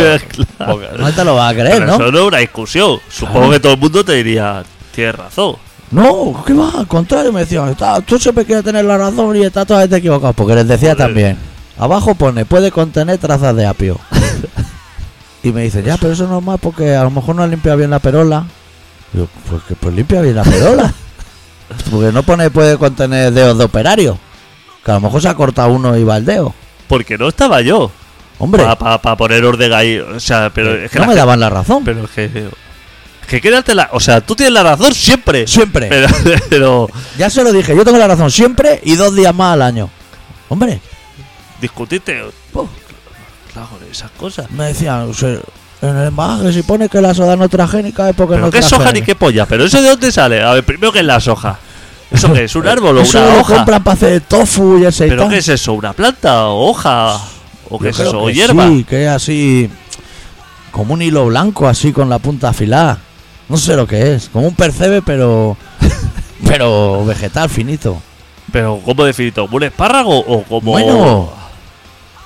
Claro.
porque no te lo vas a creer,
Pero
¿no? Ah.
eso no es una discusión. Supongo que todo el mundo te diría, tienes razón.
No, ¿qué va? Al contrario, me decían, está- tú siempre quieres tener la razón y estás totalmente equivocado. Porque les decía
Joder.
también, abajo pone, puede contener trazas de apio. y me dicen, ya, pero eso no es más porque a lo mejor no ha limpiado bien la perola. Digo, pues, que- pues limpia bien la perola. Porque no pone puede contener dedos de operario. Que a lo mejor se ha cortado uno y va el dedo.
Porque no estaba yo.
Hombre, Eh,
Para poner orden ahí. O sea, Ah, pero es que
no
la
me
gente-
daban la razón.
Pero es que. Es que quédate la. O sea, tú tienes la razón siempre.
siempre.
Pero. pero
Ya se lo dije, yo tengo la razón siempre y dos días más al año. Hombre,
discutiste. oh,
po,
Claro, esas cosas.
me decían, o sea, en el embalaje si pone que la soda no transgénica es porque
¿Pero
no
qué soja ni
transgénica.
qué polla? ¿Pero eso de dónde sale? A ver, primero que es la soja. ¿Eso qué es? ¿Un árbol o
Eso
una
lo
hoja?
compran para hacer tofu y el
¿Pero
seitán.
qué es eso? ¿Una planta o hoja? ¿O qué
Yo
es
creo
eso? ¿O
que
hierba?
Sí, que es así. Como un hilo blanco, así con la punta afilada. No sé lo que es. Como un percebe, pero. pero vegetal finito.
¿Pero cómo definito? ¿Como un espárrago o como.?
Bueno.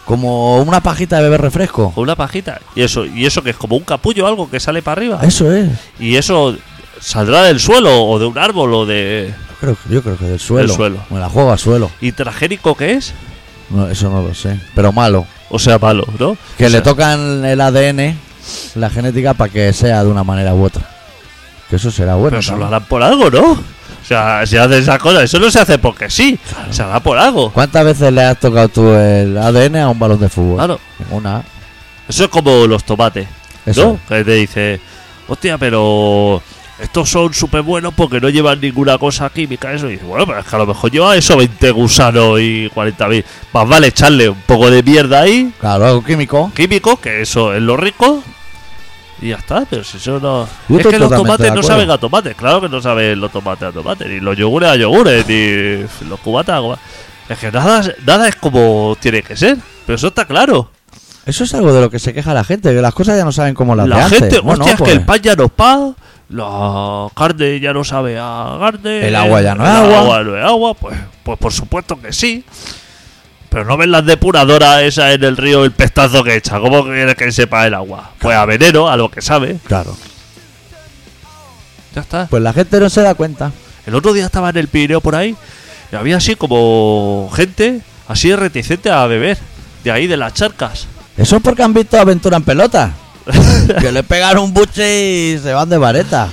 Como una pajita de beber refresco.
Con una pajita. ¿Y eso, ¿Y eso que es como un capullo o algo que sale para arriba?
Eso es.
¿Y eso saldrá del suelo o de un árbol o de.?
Yo creo, que- yo creo que del suelo.
Del suelo.
Me la juego al suelo.
¿Y transgénico qué es?
No, eso no lo sé. Pero malo.
O sea, malo, ¿no?
Que
O
le
sea,
tocan el ADN, la genética, para que sea de una manera u otra. Que eso será bueno.
Pero eso lo
también.
harán por algo, ¿no? O sea, se hace esa cosa. Eso no se hace porque sí. Se hará por algo.
¿Cuántas veces le has tocado tú el ADN a un balón de fútbol?
Claro.
Ninguna.
Eso es como los tomates,
Eso.
¿no? Que te dice, hostia, pero estos son súper buenos porque no llevan ninguna cosa química. Eso. Y dice, bueno, pero es que a lo mejor lleva eso 20 gusanos y 40.000. Más vale echarle un poco de mierda ahí,
Claro, algo químico.
químico, que eso es lo rico. Y ya está, pero si eso no.
Yo
es
estoy
que los
totalmente de
tomates no
acuerdo.
saben a tomates, claro que no saben los tomates a tomates, ni los yogures a yogures, ni los cubatas a cubatas. Es que nada, nada es como tiene que ser, pero eso está claro.
Eso es algo de lo que se queja la gente, que las cosas ya no saben cómo las de
La
antes.
gente,
Bueno,
hostia, es
pues,
que el pan ya no es pan, la carne ya no sabe a carne,
El agua ya no es
el
agua.
no es agua, pues, pues por supuesto que sí. Pero no ven las depuradoras esas en el río, el pestazo que echa. ¿Cómo quieres que sepa el agua? Pues a veneno, a lo que sabe.
Claro.
Ya está.
Pues la gente no se da cuenta.
El otro día estaba en el Pirineo por ahí y había así como gente así reticente a beber. De ahí, de las charcas.
Eso es porque han visto Aventura en pelota. que le pegan un buche y se van de vareta.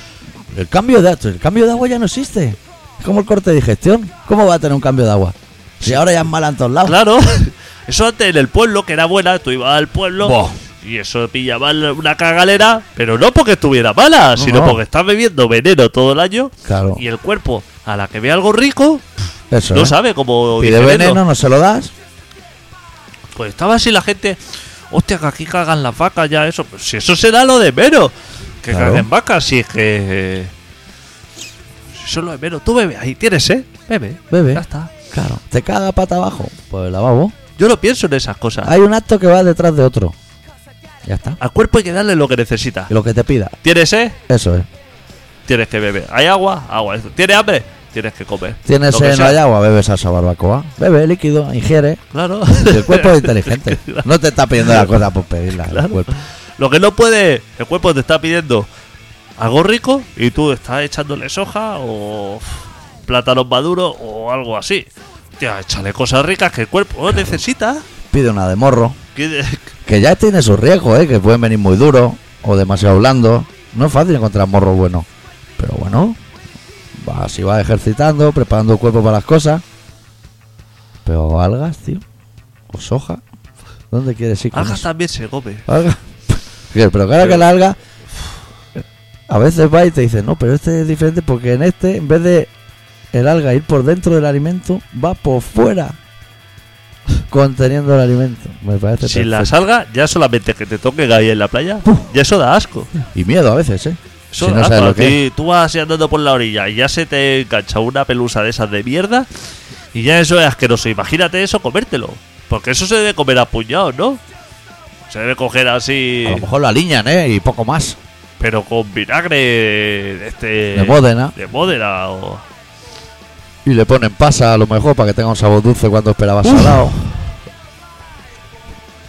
El cambio de, el cambio de agua ya no existe. Es como el corte de digestión. ¿Cómo va a tener un cambio de agua? Si ahora ya es mala en todos lados.
Claro. Eso antes en el pueblo, que era buena, tú ibas al pueblo
Buah.
y eso pillaba la- una cagalera, pero no porque estuviera mala, sino
no.
porque estás bebiendo veneno todo el año
Claro.
y el cuerpo, a la que ve algo rico,
Eso.
no
¿eh?
sabe cómo
Pide
digerirlo.
veneno, no se lo das.
Pues estaba así la gente, hostia, que aquí cagan las vacas ya, eso. Pues si eso será lo de menos, que
Claro.
caguen vacas, si es que. eh, si Eso es lo de menos. Tú bebe, ahí tienes, ¿eh? Bebe.
Bebe.
Ya está.
Claro. Te caga pata abajo. Pues el lavabo.
Yo no pienso en esas cosas.
Hay un acto que va detrás de otro. Ya está.
Al cuerpo hay que darle lo que necesita.
Y lo que te pida.
¿Tienes sed?
Eso ¿eh? es.
Tienes que beber. ¿Hay agua? Agua. ¿Tienes hambre? Tienes que comer.
Tienes
Lo que
sed, no
sea.
hay agua, bebe salsa barbacoa. Bebe líquido, ingiere.
Claro.
El cuerpo es inteligente. No te está pidiendo la cosa por pedirla. el
Claro.
cuerpo.
Lo que no puede, el cuerpo te está pidiendo algo rico y tú estás echándole soja o plátanos maduros o algo así. Tía, échale cosas ricas que el cuerpo no necesita.
Pide una de morro.
Que-
Que ya tiene sus riesgos, ¿eh? que pueden venir muy duros o demasiado blandos. No es fácil encontrar morro bueno. Pero bueno, va, así vas ejercitando, preparando el cuerpo para las cosas. Pero algas, tío. O soja. ¿Dónde quieres ir con
Algas
eso?
también se come.
Alga. Que- Pero claro que la alga a veces va y te dice, no, pero este es diferente porque en este, en vez de el alga ir por dentro del alimento, va por fuera conteniendo el alimento. Me parece
Si
perfecto.
las algas, ya solamente que te toquen ahí en la playa, ya eso da asco.
Y miedo a veces, ¿eh?
Eso
Si
da
no
asco.
sabes lo
A ti,
que
Tú vas así andando por la orilla y ya se te engancha una pelusa de esas de mierda y ya eso es asqueroso. Imagínate eso, comértelo. Porque eso se debe comer a puñados, ¿no? Se debe coger así...
A lo mejor lo aliñan, ¿eh? Y poco más.
pero con vinagre de este
Le moden, ¿ah?
de Módena o
Y le ponen pasa a lo mejor para que tenga un sabor dulce cuando esperaba
Uf.
salado.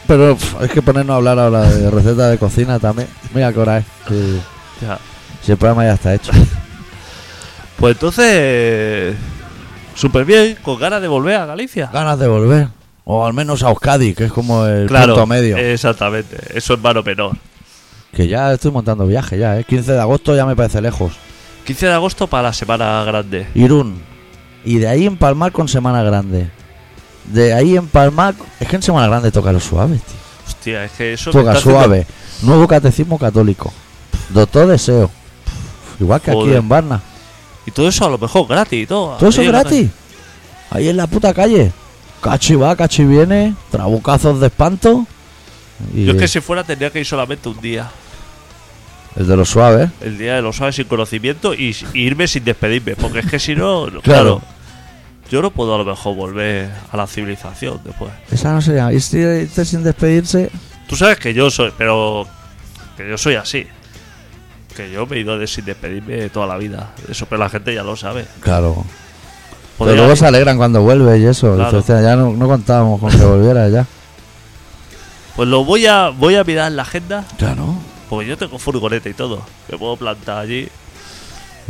Pero pf, es que ponernos a hablar ahora de recetas de cocina también. Mira qué hora es. Sí.
ya.
Si el programa ya está hecho.
pues entonces súper bien con ganas de volver a Galicia
Ganas de volver. O al menos a Euskadi, que es como el
claro Eh.
punto medio.
exactamente eso es mano menor
Que ya estoy montando viaje ya, ¿eh? 15 de agosto ya me parece lejos.
15 de agosto para la semana grande.
Irún. Y de ahí empalmar con Semana Grande. De ahí empalmar. Es que en Semana Grande toca lo suave, tío.
Hostia, es que eso. me
Toca
está haciendo-
suave. Nuevo Catecismo Católico. Doctor Deseo. Igual que
Joder.
aquí en Barna.
Y todo eso a lo mejor gratis y todo.
Todo eso
Ahí en la
gratis. Ahí en la puta calle. Cachi va, cachi viene. Trabucazos de espanto.
calle.
Y
Yo es que si fuera tendría que ir solamente un día.
El de los suaves.
El día de los suaves sin conocimiento y, s- y irme sin despedirme. Porque es que si no. no-
Claro.
claro. Yo no puedo a lo mejor volver a la civilización después.
Esa no se llama. Y si irte sin despedirse.
Tú sabes que yo soy, pero que yo soy así. Que yo me he ido de sin despedirme toda la vida. Eso, pero la gente ya lo sabe. Pues
Claro. Pero
Podría
luego
ir-
se alegran cuando vuelves y eso.
Claro.
Dices, "Hostia, ya no, no contábamos con que volviera ya.
Pues lo voy a voy a mirar en la agenda,
Claro.
porque yo tengo furgoneta y todo. Me puedo plantar allí.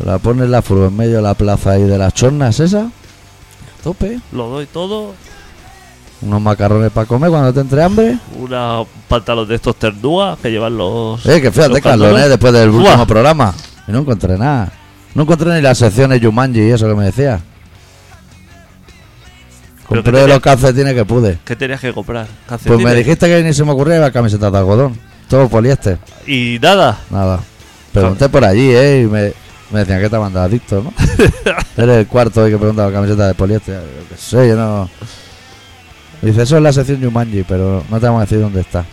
La pones la furgo en medio de la plaza ahí de las chornas esa. Tope.
Lo doy todo.
Unos macarrones para comer cuando te entre hambre.
Una un pantalón de estos ternúas que llevan los.
Eh, que fíjate,
los
Carlón,
pantalones.
eh, después del
Buah.
último programa. Y no encontré nada. No encontré ni las secciones Jumanji y eso que me decía.
Pero que
Compré
tenía-
los calcetines que pude.
¿Qué tenías que comprar?
Pues
¿Calcetines?
me dijiste que ni se me ocurría la camiseta de algodón. Todo poliéster,
Y nada.
nada. Pregunté por allí, ¿eh? Y me, me decían que te mandado adicto, ¿no? Eres el cuarto hoy que preguntaba camiseta de poliéster. Yo qué sé, yo no. Dice, eso es la sección Jumanji, pero no te vamos a decir dónde está.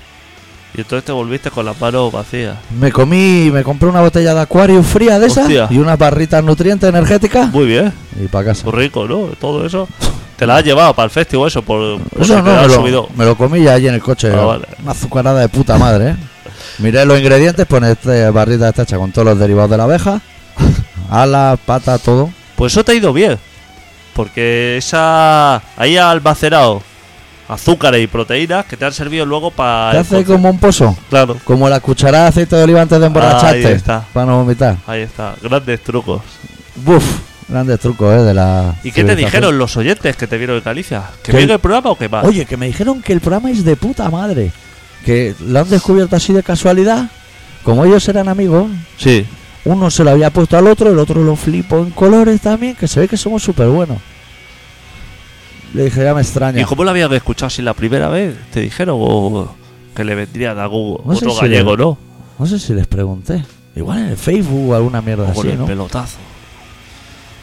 Y entonces te volviste con las manos vacías.
Me comí, me compré una botella de acuario fría de esas
Hostia.
y unas barritas nutrientes energéticas
Muy bien.
y para casa.
Muy rico, ¿no? Todo eso. Te la has llevado para el festival, eso, por. por si
Eso
te
no,
la
me
has
lo,
subido.
me lo comí ya allí en el coche.
Ah, vale.
Una azucarada de puta madre, ¿eh? Miré los ingredientes, pone este barrita esta hecha con todos los derivados de la abeja, alas, patas, todo.
Pues eso te ha ido bien. Porque esa. Ahí ha almacenado azúcares y proteínas que te han servido luego para.
Te hace como un pozo,
Claro,
como la cucharada de aceite de oliva antes de
Ahí
emborracharte,
está.
para no vomitar.
ahí está. Grandes trucos.
Buf, grandes trucos, ¿eh? De la.
¿Y qué te
civilización.
dijeron los oyentes que te vieron en Galicia? ¿Que
Que-
vieron el programa o qué más?
Oye, que me dijeron que el programa es de puta madre. Que lo han descubierto así de casualidad. Como ellos eran amigos,
Sí.
uno se lo había puesto al otro, el otro lo flipó en colores también, que se ve que somos súper buenos. Le dije, ya me
¿Y
extraña.
cómo lo habían escuchado si la primera vez te dijeron o que le vendrían a algún
No sé
otro
si
gallego,
le-
no?
No sé si les pregunté. Igual en el Facebook o alguna mierda
O con
así,
el
¿no?
pelotazo.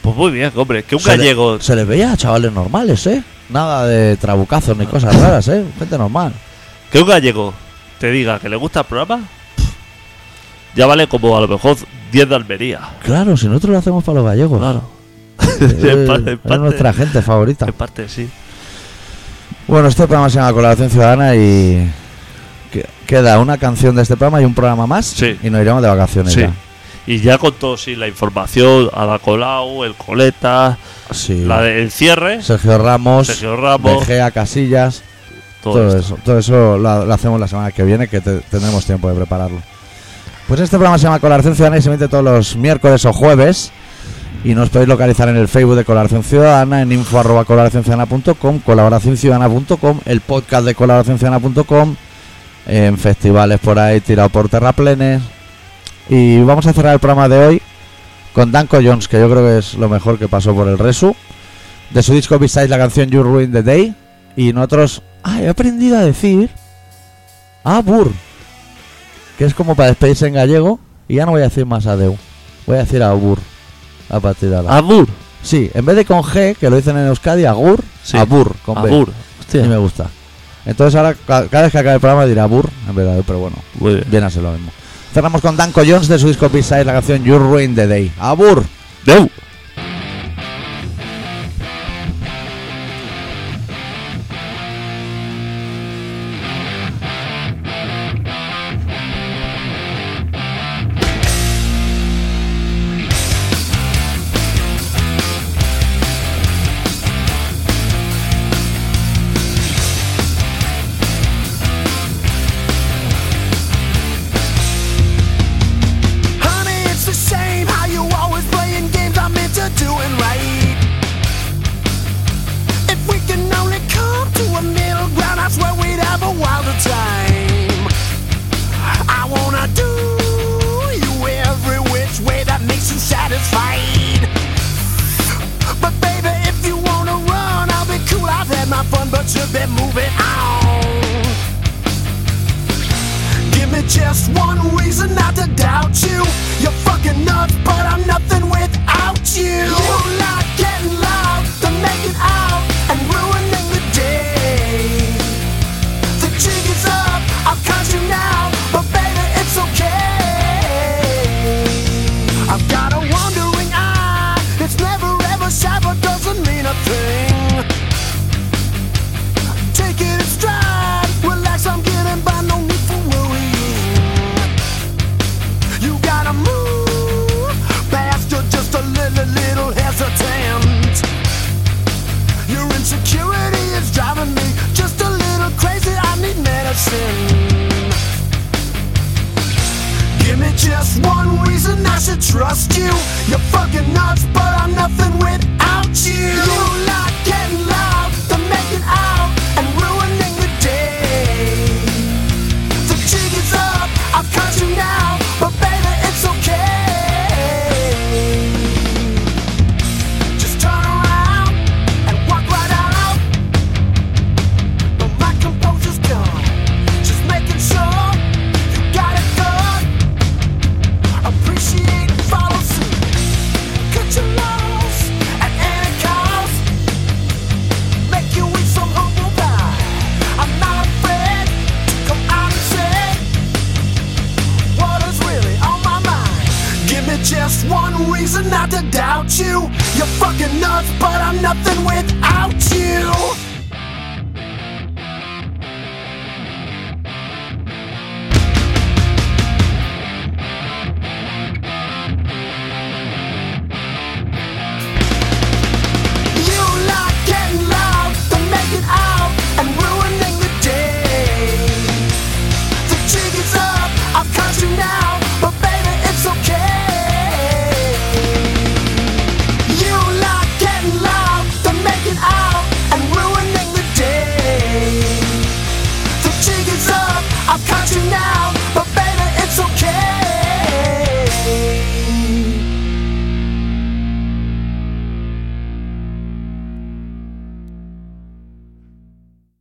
Pues muy bien, hombre, que un
Se le-
gallego.
Se les veía a chavales normales, ¿eh? Nada de trabucazos ni cosas raras, ¿eh? Gente normal.
Que un gallego te diga que le gusta el programa, ya vale como a lo mejor 10 de Almería.
Claro, si nosotros lo hacemos para los gallegos.
Claro.
Eh,
en parte, en
es
parte-
nuestra gente favorita.
en parte sí.
Bueno, este programa se llama Colaboración Ciudadana y que- queda una canción de este programa y un programa más
Sí.
y nos iremos de vacaciones
Sí.
ya.
Y ya con todo, sí, la información, Ada Colau, el Coleta,
Sí.
la del cierre,
Sergio Ramos,
Sergio Ramos,
Bejea Casillas,
todo,
todo,
esto.
eso. Todo eso lo, lo hacemos la semana que viene que te- tendremos tiempo de prepararlo. Pues este programa se llama Colaboración Ciudadana y se emite todos los miércoles o jueves. Y nos podéis localizar en el Facebook de Colaboración Ciudadana, en info arroba colaboracionciudadana.com, colaboracionciudadana.com, el podcast de colaboracionciudadana.com, en festivales por ahí, tirado por terraplenes. Y vamos a cerrar el programa de hoy con Danko Jones, que yo creo que es lo mejor que pasó por el Resu. De su disco visáis la canción You Ruin the Day. Y nosotros, ah, he aprendido a decir, ah, bur, que es como para despedirse en gallego. Y ya no voy a decir más adeu, voy a decir abur a partir de ahora.
Abur,
Sí, en vez de con G, que lo dicen en Euskadi, agur,
Sí.
abur, con B.
Abur.
Y me gusta. Entonces ahora, ca- cada vez que acabe el programa, dirá abur, en verdad, pero bueno,
Muy bien.
viene a ser lo mismo. Cerramos con Danko Jones de su disco Beside la canción You Ruin the Day. ¡Abur!
Deu.
Honey, it's the same how you always playing games. I'm in fun, but should be moving on. Give me just one reason not to doubt you. You're fucking nuts, but I'm nothing without you. You like getting loud, the making out, and ruining the day. The jig is up, I'll catch you now, but baby, it's okay. I've got a wandering eye, it's never ever shy, but doesn't mean a thing. Take it in stride, relax, I'm getting by, no need for worrying. You gotta move, bastard, just a little, little hesitant. Your insecurity is driving me just a little crazy. I need medicine. Give me just one reason I should trust you. You're fucking nuts, but I'm nothing without you. You like getting loud, the making out, and ruining the day. The jig is up, I've caught you now, but baby, it's okay. Just turn around and walk right out. But my composure's gone. Just making sure you got it good. Appreciate and follow suit. Cut your loss at any cost. Make you eat some humble pie. I'm not afraid to come out and say what is really on my mind. Give me just one reason not to doubt you. You're fucking nuts, but I'm nothing without you.